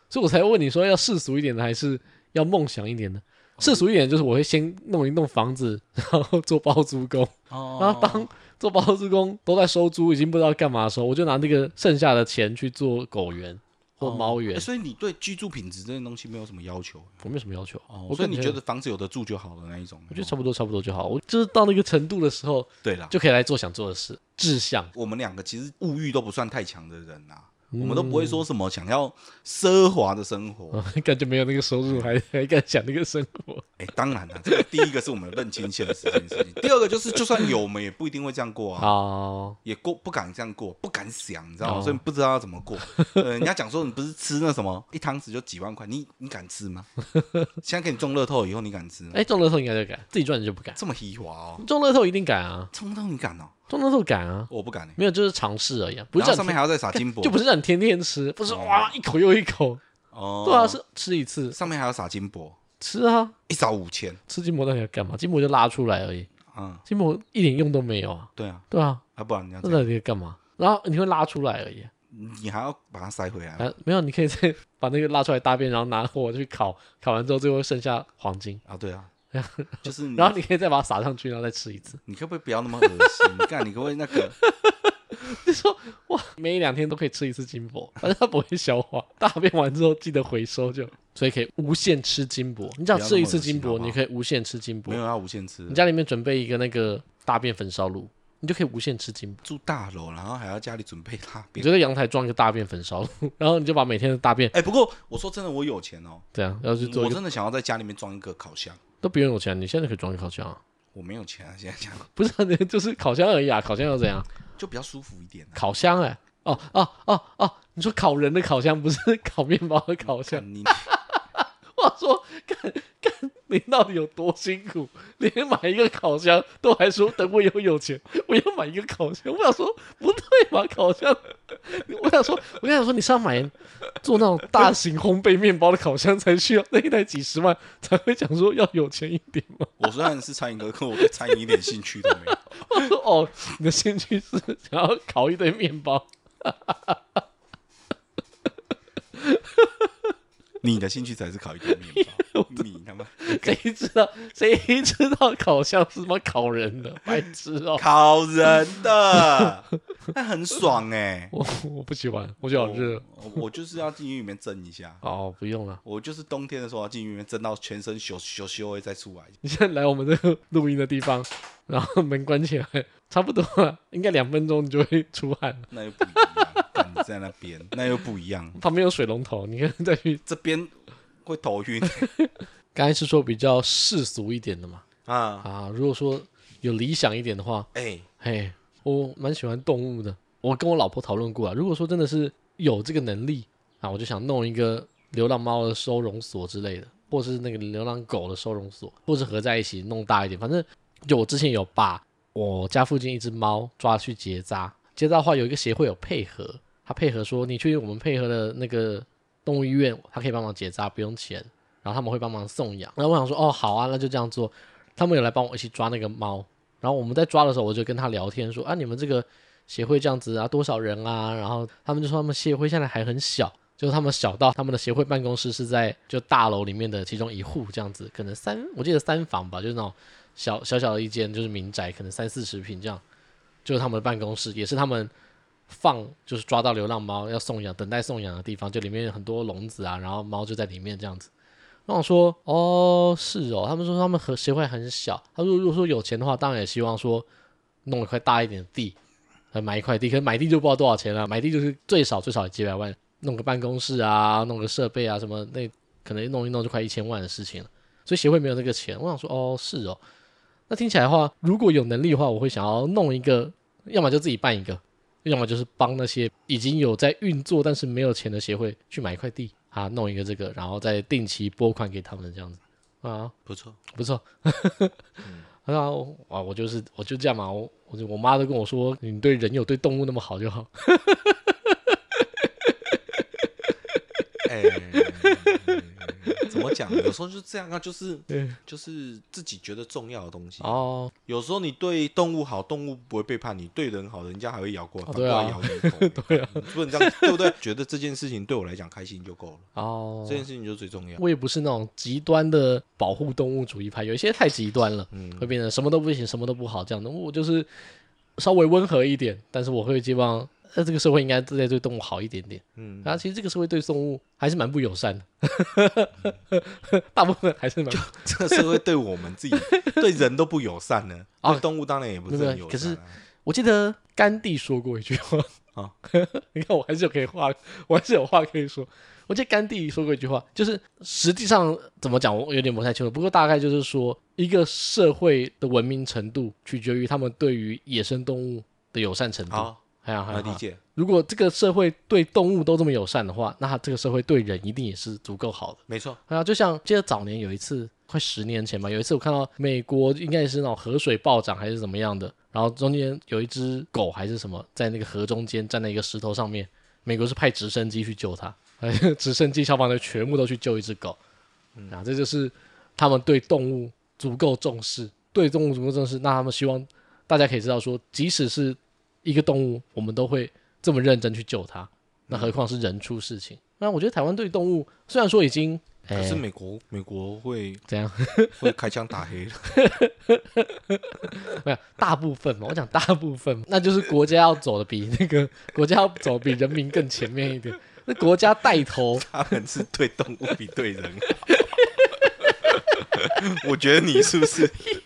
Speaker 1: 所以我才问你说要世俗一点的，还是要梦想一点的？世俗一点就是我会先弄一栋房子，然后做包租公。然
Speaker 2: 哦
Speaker 1: 后，当 [laughs] 做包租公都在收租，已经不知道干嘛的时候，我就拿那个剩下的钱去做狗园或猫园
Speaker 2: 欸。所以你对居住品质这些东西没有什么要求
Speaker 1: 我没有什么要求，
Speaker 2: 哦，
Speaker 1: 我
Speaker 2: 所以
Speaker 1: 感
Speaker 2: 你
Speaker 1: 觉
Speaker 2: 觉得房子有得住就好了那一种。哦
Speaker 1: 我觉得差不多差不多就好。我就是到那个程度的时候，
Speaker 2: 对啦，
Speaker 1: 就可以来做想做的事，志向。
Speaker 2: 我们两个其实物欲都不算太强的人啦、我们都
Speaker 1: 嗯
Speaker 2: 不会说什么想要奢华的
Speaker 1: [laughs]
Speaker 2: 生活。
Speaker 1: 啊感觉没有那个收入，还还敢想那个生
Speaker 2: [laughs]
Speaker 1: 活？
Speaker 2: 哎、当然了、这个第一个是我们认清现实这件事情，第二个就是就算有，我们也不一定会这样过啊，
Speaker 1: 哦，
Speaker 2: 也过不敢这样过，不敢想，你知道吗？
Speaker 1: 哦
Speaker 2: 所以不知道要怎么过。呃，人家讲说你不是吃那什么一汤匙就几万块，你你敢吃吗？现在给你中乐透以后，你敢吃吗？
Speaker 1: 哎，中乐透应该就敢，自己赚的就不敢。
Speaker 2: 这么虚华哦，
Speaker 1: 中乐透一定敢啊，
Speaker 2: 中到你敢哦？
Speaker 1: 中乐透敢啊，
Speaker 2: 我不敢、欸，
Speaker 1: 没有就是尝试而已、啊，不
Speaker 2: 然
Speaker 1: 是让
Speaker 2: 后
Speaker 1: 你
Speaker 2: 上面还要再撒金箔，
Speaker 1: 就不是让你天天吃，不是哇一口又一口，
Speaker 2: 哦，
Speaker 1: 对啊，是吃一次
Speaker 2: 上面还要撒金箔，
Speaker 1: 吃啊，
Speaker 2: 一勺五千，
Speaker 1: 吃筋膜到底要干嘛？筋膜就拉出来而已，
Speaker 2: 嗯，
Speaker 1: 筋膜一点用都没有啊，
Speaker 2: 对啊，
Speaker 1: 对啊，
Speaker 2: 啊，不然你要怎
Speaker 1: 那
Speaker 2: 样
Speaker 1: 到底要干嘛？然后你会拉出来而已啊，
Speaker 2: 你还要把它塞回来吗
Speaker 1: 啊没有，你可以再 [laughs] 把那个拉出来大便，然后拿火去烤，烤完之后最后剩下黄金，
Speaker 2: 啊？对啊，就是
Speaker 1: 哎
Speaker 2: 你
Speaker 1: 然后你可以再把它撒上去，然后再吃一次。
Speaker 2: 你可不可以不要那么恶心？
Speaker 1: [laughs]
Speaker 2: 你看，你可不可以那个？
Speaker 1: 就说哇，每两天都可以吃一次金箔，反正它不会消化，大便完之后记得回收就，所以可以无限吃金箔。你只要吃一次金箔，
Speaker 2: 不要那么恶心
Speaker 1: 你可以无限吃金箔
Speaker 2: 没。有要无限吃
Speaker 1: 你，家里面准备一个那个大便焚烧炉，你就可以无限吃金箔。
Speaker 2: 住大楼，然后还要家里准备大
Speaker 1: 你
Speaker 2: 便。
Speaker 1: 就在阳台装一个大便焚烧炉，然后你就把每天的大便
Speaker 2: 哎、不过我说真的，我有钱哦，
Speaker 1: 这样，啊然后去做
Speaker 2: 我
Speaker 1: 一个
Speaker 2: 真的想要在家里面装一个烤箱。
Speaker 1: 都不用有钱，你现在可以装一个烤箱、啊， [laughs]
Speaker 2: 我没有钱啊，现在讲
Speaker 1: 不是、啊、就是烤箱而已啊，烤箱又怎样？
Speaker 2: 就比较舒服一点啊。
Speaker 1: 烤箱哎、哦哦哦哦，你说烤人的烤箱不是烤面包的烤箱？
Speaker 2: 看你
Speaker 1: 话说，看看你到底有多辛苦，连买一个烤箱都还说等我以后有钱，我要买一个烤箱。我想说不对吧，烤箱？我想说，我跟你说，你是要买做那种大型烘焙面包的烤箱才需要那一台几十万，才会讲说要有钱一点吗？
Speaker 2: 我虽然是餐饮哥，可我对餐饮一点兴趣都没
Speaker 1: [laughs]
Speaker 2: 有。
Speaker 1: 我说哦，你的兴趣是想要烤一堆面包，
Speaker 2: 你的兴趣才是烤一堆面包。
Speaker 1: [laughs] 我
Speaker 2: 你他妈
Speaker 1: [laughs]
Speaker 2: [laughs]
Speaker 1: 谁知道谁知道烤箱是他妈烤人 [laughs] 的，白痴哦、
Speaker 2: 烤人
Speaker 1: [laughs]
Speaker 2: 的，那很爽哎、
Speaker 1: 我我不喜欢，我觉得好热。
Speaker 2: 我我就是要进去里面蒸一下，
Speaker 1: 哦，不用了，
Speaker 2: 我就是冬天的时候要进去里面蒸到全身咻咻咻会再出来。
Speaker 1: 你现在来我们这个录音的地方，然后门关起来， [laughs] 差不多了，应该两分钟你就会出汗了。
Speaker 2: 那又不一样，干你在那边那又不一样，
Speaker 1: 旁边有水龙头，你看再去。
Speaker 2: 这边会头晕
Speaker 1: 刚才是说比较世俗一点的嘛，
Speaker 2: [laughs] 啊。
Speaker 1: 啊，如果说有理想一点的话，
Speaker 2: 哎、
Speaker 1: 嘿，我蛮喜欢动物的。我跟我老婆讨论过啊，如果说真的是有这个能力啊，我就想弄一个流浪猫的收容所之类的，或是那个流浪狗的收容所，或是合在一起弄大一点。反正就我之前有把我家附近一只猫抓去结扎，结扎的话有一个协会有配合，他配合说你去我们配合的那个动物医院，他可以帮忙结扎，不用钱，然后他们会帮忙送养。然后我想说，哦，好啊，那就这样做。他们有来帮我一起抓那个猫，然后我们在抓的时候，我就跟他聊天说啊，你们这个协会这样子啊，多少人啊？然后他们就说他们协会现在还很小，就是他们小到他们的协会办公室是在就大楼里面的其中一户这样子，可能三我记得三房吧，就是那种小小小的一间就是民宅，可能三四十平这样，就是他们的办公室，也是他们。放就是抓到流浪猫要送养，等待送养的地方，就里面有很多笼子啊，然后猫就在里面这样子。那我说哦，是哦，他们说他们和协会很小，他说如果说有钱的话，当然也希望说弄一块大一点的地，呃，买一块地，可是买地就不知道多少钱了，买地就是最少最少也几百万，弄个办公室啊，弄个设备啊什么，那可能弄一弄就快一千万的事情了，所以协会没有那个钱。我想说哦，是哦，那听起来的话，如果有能力的话，我会想要弄一个，要么就自己办一个，要么就是帮那些已经有在运作但是没有钱的协会去买一块地啊，弄一个这个，然后再定期拨款给他们这样子啊，
Speaker 2: 不错，
Speaker 1: 不错。很好 [laughs] 啊，我就是我就这样嘛，我我就我妈都跟我说，你对人有对动物那么好就好。
Speaker 2: 哎、怎么讲？有时候就这样啊，就是
Speaker 1: 对
Speaker 2: 就是自己觉得重要的东西。
Speaker 1: 哦，
Speaker 2: 有时候你对动物好，动物不会背叛你；对人好，人家还会咬过来，
Speaker 1: 哦
Speaker 2: 反过来
Speaker 1: [laughs] 对啊
Speaker 2: 咬你一口。对啊，不能这样，对不对？觉得这件事情对我来讲开心就够了，
Speaker 1: 哦
Speaker 2: 这，件事情就最重要。
Speaker 1: 我也不是那种极端的保护动物主义派，有一些太极端了，会变成什么都不行，什么都不好这样的。我就是稍微温和一点，但是我会希望，呃，这个社会应该对对动物好一点点。
Speaker 2: 嗯，
Speaker 1: 然后其实这个社会对动物还是蛮不友善的，大部分还是蛮
Speaker 2: 这个社会对我们自己对人都不友善呢，
Speaker 1: 啊
Speaker 2: 对动物当然也不是很友善啊。
Speaker 1: 我记得甘地说过一句话
Speaker 2: 啊，
Speaker 1: [laughs] 你看我还是有可以话，我还是有话可以说。我记得甘地说过一句话，就是实际上怎么讲，我有点不太清楚。不过大概就是说，一个社会的文明程度取决于他们对于野生动物的友善程度。
Speaker 2: 好，
Speaker 1: 哎呀，还
Speaker 2: 那
Speaker 1: 有
Speaker 2: 理。解。
Speaker 1: 如果这个社会对动物都这么友善的话，那他这个社会对人一定也是足够好的。
Speaker 2: 没错，
Speaker 1: 对啊，就像记得早年有一次，快十年前吧，有一次我看到美国应该也是那种河水暴涨还是怎么样的，然后中间有一只狗还是什么在那个河中间站在一个石头上面，美国是派直升机去救 [laughs] 它，直升机消防队全部都去救一只狗，然后这就是他们对动物足够重视，对动物足够重视，那他们希望大家可以知道说，即使是一个动物，我们都会这么认真去救它，那何况是人出事情。那我觉得台湾对动物虽然说已经，
Speaker 2: 可
Speaker 1: 哎
Speaker 2: 是美国美国会
Speaker 1: 怎样？
Speaker 2: 会开枪打黑的，
Speaker 1: [laughs]
Speaker 2: [laughs]
Speaker 1: 没有大部分嘛，我讲大部分嘛，那就是国家要走的比那个 [laughs] 国家要走比人民更前面一点，那国家带头，
Speaker 2: 他们是对动物比对人好。 [laughs] 我觉得你是不是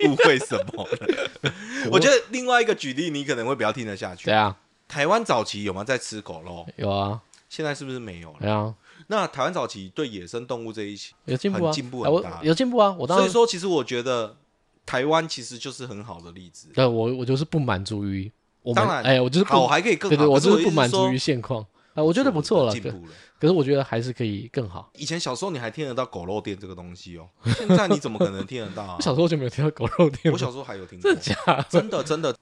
Speaker 2: 误会什么了？ [laughs] 我觉得另外一个举例你可能会比较听得下
Speaker 1: [laughs]
Speaker 2: 去
Speaker 1: 对。啊，
Speaker 2: 台湾早期有没有在吃狗肉？
Speaker 1: 有啊，
Speaker 2: 现在是不是没有了？
Speaker 1: 对啊，
Speaker 2: 那台湾早期对野生动物这一期，
Speaker 1: 有进步啊，
Speaker 2: 很进步
Speaker 1: 哎
Speaker 2: 很大
Speaker 1: 我有进步啊，我当
Speaker 2: 所以
Speaker 1: 然，
Speaker 2: 说其实我觉得台湾其实就是很好的例子。
Speaker 1: 对呃我我就是不满足于我们
Speaker 2: 当，然
Speaker 1: 哎，我就是
Speaker 2: 好
Speaker 1: 不，
Speaker 2: 还可以更好，
Speaker 1: 对对，我
Speaker 2: 可是
Speaker 1: 就
Speaker 2: 我
Speaker 1: 是不满足于
Speaker 2: 一直说
Speaker 1: 现况啊，我觉得不错了，
Speaker 2: 进
Speaker 1: 可
Speaker 2: 步了。
Speaker 1: 可是我觉得还是可以更好。
Speaker 2: 以前小时候你还听得到狗肉店这个东西
Speaker 1: [laughs]
Speaker 2: 哦，现在你怎么可能听得到啊
Speaker 1: 我？小时候就没有听到狗肉店
Speaker 2: 我
Speaker 1: 了，
Speaker 2: 小时候还有听过
Speaker 1: 真，的假的
Speaker 2: 真的真的，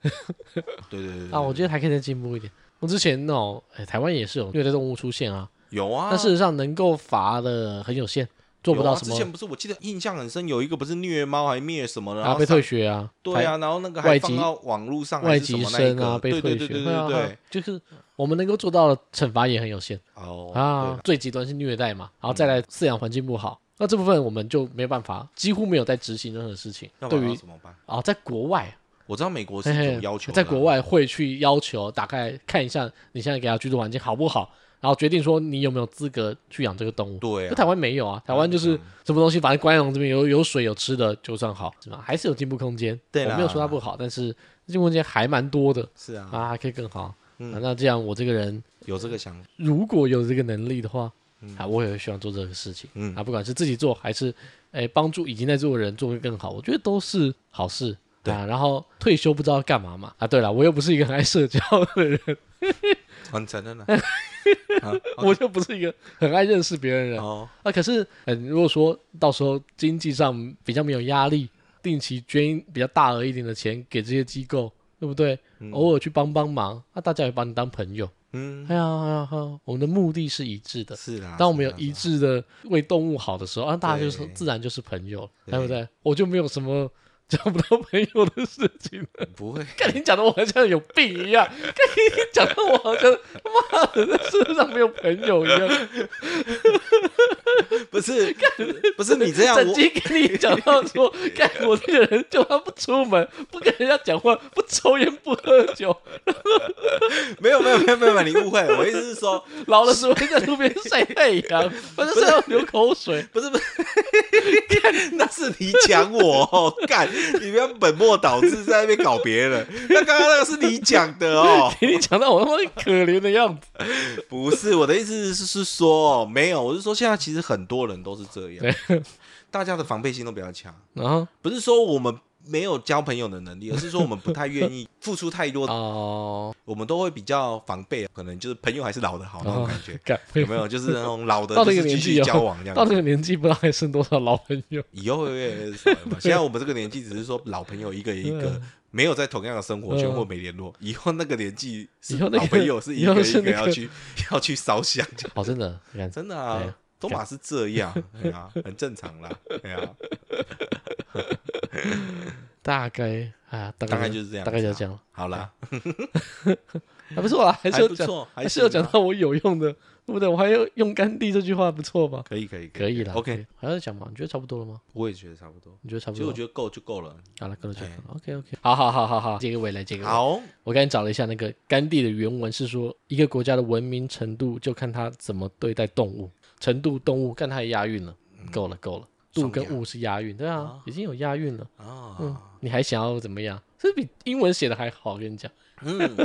Speaker 2: 对对对对
Speaker 1: 啊？我觉得还可以再进步一点。我之前那种，哎，台湾也是有虐待动物出现啊，
Speaker 2: 有啊，
Speaker 1: 但事实上能够罚的很有限，做不
Speaker 2: 有
Speaker 1: 到
Speaker 2: 啊
Speaker 1: 什
Speaker 2: 之
Speaker 1: 么
Speaker 2: 前不是我记得印象很深，有一个不是虐猫还灭什么的，然
Speaker 1: 啊
Speaker 2: 后
Speaker 1: 被
Speaker 2: 上
Speaker 1: 退学啊，
Speaker 2: 对啊，然后那个
Speaker 1: 外
Speaker 2: 还
Speaker 1: 籍
Speaker 2: 放到网络上
Speaker 1: 台，外
Speaker 2: 还是什
Speaker 1: 籍
Speaker 2: 么那一
Speaker 1: 生啊
Speaker 2: 个，
Speaker 1: 被
Speaker 2: 对
Speaker 1: 退
Speaker 2: 对
Speaker 1: 学，
Speaker 2: 对
Speaker 1: 对
Speaker 2: 对
Speaker 1: 啊
Speaker 2: 对对，
Speaker 1: 就是我们能够做到的惩罚也很有限
Speaker 2: 哦，
Speaker 1: 啊
Speaker 2: 嗯
Speaker 1: 啊。最极端是虐待嘛，然后再来饲养环境不好，那这部分我们就没办法，几乎没有在执行任何事情
Speaker 2: 那。
Speaker 1: 对
Speaker 2: 我要
Speaker 1: 于
Speaker 2: 怎么办？
Speaker 1: 啊，在国外，
Speaker 2: 我知道美国是
Speaker 1: 嘿
Speaker 2: 有
Speaker 1: 嘿
Speaker 2: 要求的
Speaker 1: 在
Speaker 2: 啊，
Speaker 1: 国外会去要求大概看一下你现在给它居住环境好不好，然后决定说你有没有资格去养这个动物。
Speaker 2: 对
Speaker 1: 可
Speaker 2: 啊，嗯
Speaker 1: 台湾没有啊，台湾就是什么东西，反正关阳这边有有水有吃的就算好，是吧？还是有进步空间。
Speaker 2: 对
Speaker 1: 我
Speaker 2: 啦
Speaker 1: 没有说它不好，但是进步空间还蛮多的
Speaker 2: 是啊，
Speaker 1: 啊，还可以更好。
Speaker 2: 嗯
Speaker 1: 啊那这样我这个人
Speaker 2: 有这个想法，
Speaker 1: 如果有这个能力的话，
Speaker 2: 嗯
Speaker 1: 啊，我也会希望做这个事情。
Speaker 2: 嗯
Speaker 1: 啊，不管是自己做还是诶帮助已经在做的人做得更好，我觉得都是好事。
Speaker 2: 对
Speaker 1: 啊，然后退休不知道干嘛嘛。啊，对了，我又不是一个很爱
Speaker 2: [laughs]
Speaker 1: 社交的人，
Speaker 2: 很哦承
Speaker 1: [laughs]
Speaker 2: 认了。啊
Speaker 1: 我又不是一个很爱认识别人的人。
Speaker 2: 哦，
Speaker 1: 啊，可是，嗯，如果说到时候经济上比较没有压力，定期捐比较大额一点的钱给这些机构，对不对？偶尔去帮帮忙，那、大家也把你当朋友。
Speaker 2: 嗯，
Speaker 1: 哎呀哎呀，哎呀我们的目的是一致的。
Speaker 2: 是啦。
Speaker 1: 当我们有
Speaker 2: 是啦啊
Speaker 1: 一，致的为动物好的时候，啊，大家就是
Speaker 2: 对
Speaker 1: 自然就是朋友，
Speaker 2: 对
Speaker 1: 对不对？我就没有什么交不到朋友的事情了。
Speaker 2: 是啦不会，
Speaker 1: 看你讲的我好像有病一样，看你讲的我好像妈的在世界上没有朋友一样。
Speaker 2: 不是，不是你这样，
Speaker 1: 整
Speaker 2: 我
Speaker 1: 集跟你讲到
Speaker 2: [laughs]
Speaker 1: 说，看我这个人就他不出门，不跟人家讲话，不抽烟不喝酒，
Speaker 2: 没有没有没有没有，你误会，我意思是说，
Speaker 1: 老了时候会在路边晒太阳，反正晒到流口水。
Speaker 2: 不是不是，那是你讲我哦，干，你不要本末倒置，在那边搞别人。那刚刚那个是你讲的哦，
Speaker 1: 给你讲到我他妈可怜的样子，
Speaker 2: 不是我的意思是是说哦，没有，我是说现在其实很多人都是这样，大家的防备心都比较强，
Speaker 1: 然后
Speaker 2: 不是说我们没有交朋友的能力，而是说我们不太愿意付出太多，
Speaker 1: 哦，
Speaker 2: 我们都会比较防备，可能就是朋友还是老的好那种感觉。
Speaker 1: 干
Speaker 2: 有没有？就是那种老
Speaker 1: [laughs]
Speaker 2: 的，
Speaker 1: 到
Speaker 2: 就
Speaker 1: 那个
Speaker 2: 是
Speaker 1: 年
Speaker 2: 继
Speaker 1: 纪
Speaker 2: 续
Speaker 1: 哦
Speaker 2: 交往这样
Speaker 1: 到
Speaker 2: 子
Speaker 1: 那。个年纪，不知道还剩多少老朋
Speaker 2: [laughs]
Speaker 1: 友。
Speaker 2: 以后会越来越少了嘛。现在我们这个年纪，只是说老朋友一个一个，没有在同样的生活圈
Speaker 1: 嗯
Speaker 2: 或没联络。以后那个年纪，是
Speaker 1: 以后那个
Speaker 2: 老朋友是一
Speaker 1: 以
Speaker 2: 个
Speaker 1: 后
Speaker 2: 一
Speaker 1: 是那
Speaker 2: 个
Speaker 1: 个
Speaker 2: 要去要去烧香，
Speaker 1: 哦，真的，你看，
Speaker 2: 真的
Speaker 1: 对
Speaker 2: 啊
Speaker 1: 啊，
Speaker 2: 都嘛是这 [laughs] 样，哎呀，很正常啦，哎呀，
Speaker 1: 大概啊，大
Speaker 2: 大概
Speaker 1: 概
Speaker 2: 就是这样，
Speaker 1: 大概就这样，了，
Speaker 2: 好啦，
Speaker 1: 还不错啦，啊还是有
Speaker 2: 不
Speaker 1: 讲，
Speaker 2: 错，
Speaker 1: 还
Speaker 2: 还
Speaker 1: 是有
Speaker 2: 行
Speaker 1: 讲
Speaker 2: 啊啦
Speaker 1: 到我有用的，对不对？我还有用干地这句话不错吧？
Speaker 2: 可以可以
Speaker 1: 可以啦
Speaker 2: OK，
Speaker 1: 可以还要讲吗？你觉得差不多了吗？
Speaker 2: 我也觉得差不多。
Speaker 1: 你觉得差不
Speaker 2: 其实
Speaker 1: 多
Speaker 2: 我？觉得够就够了。
Speaker 1: 好了，够了就
Speaker 2: 哎
Speaker 1: 够了。OK OK，好好好好好，结个尾来结个尾。
Speaker 2: 好，
Speaker 1: 我刚才找了一下那个甘地的原文是说，一个国家的文明程度就看他怎么对待动物，程度动物，干太押韵了，
Speaker 2: 嗯
Speaker 1: 够了够了，度
Speaker 2: 双
Speaker 1: 跟
Speaker 2: 押
Speaker 1: 物是押韵，对啊
Speaker 2: 啊，
Speaker 1: 已经有押韵了。嗯
Speaker 2: 啊，，
Speaker 1: 你还想要怎么样？这比英文写的还好，我跟你讲。
Speaker 2: 嗯，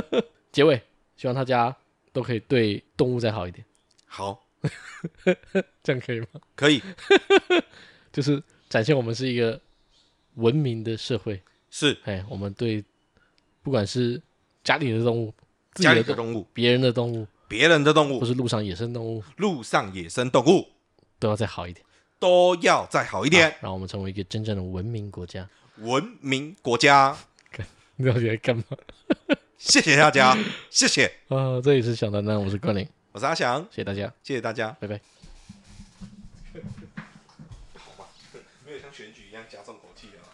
Speaker 1: 结尾，希望大家都可以对动物再好一点，
Speaker 2: 好，
Speaker 1: 这样可以吗？
Speaker 2: 可以，
Speaker 1: 就是展现我们是一个文明的社会，
Speaker 2: 是
Speaker 1: 哎，我们对不管是家里的动物、自己
Speaker 2: 家里
Speaker 1: 的
Speaker 2: 的
Speaker 1: 动物、
Speaker 2: 动物，
Speaker 1: 别人的动物，
Speaker 2: 别人的动
Speaker 1: 或
Speaker 2: 物，
Speaker 1: 是路上野生动物，
Speaker 2: 路上野生动物。
Speaker 1: 都要再好一点，
Speaker 2: 都要再好一点，
Speaker 1: 让我们成为一个真正的文明国家。
Speaker 2: 文明国家。
Speaker 1: 你到底在干嘛？
Speaker 2: 谢谢大家，谢谢，
Speaker 1: 啊，这里是小丹丹，我是关林，
Speaker 2: 我是阿翔，
Speaker 1: 谢谢大家。
Speaker 2: 谢谢大家，
Speaker 1: 拜拜。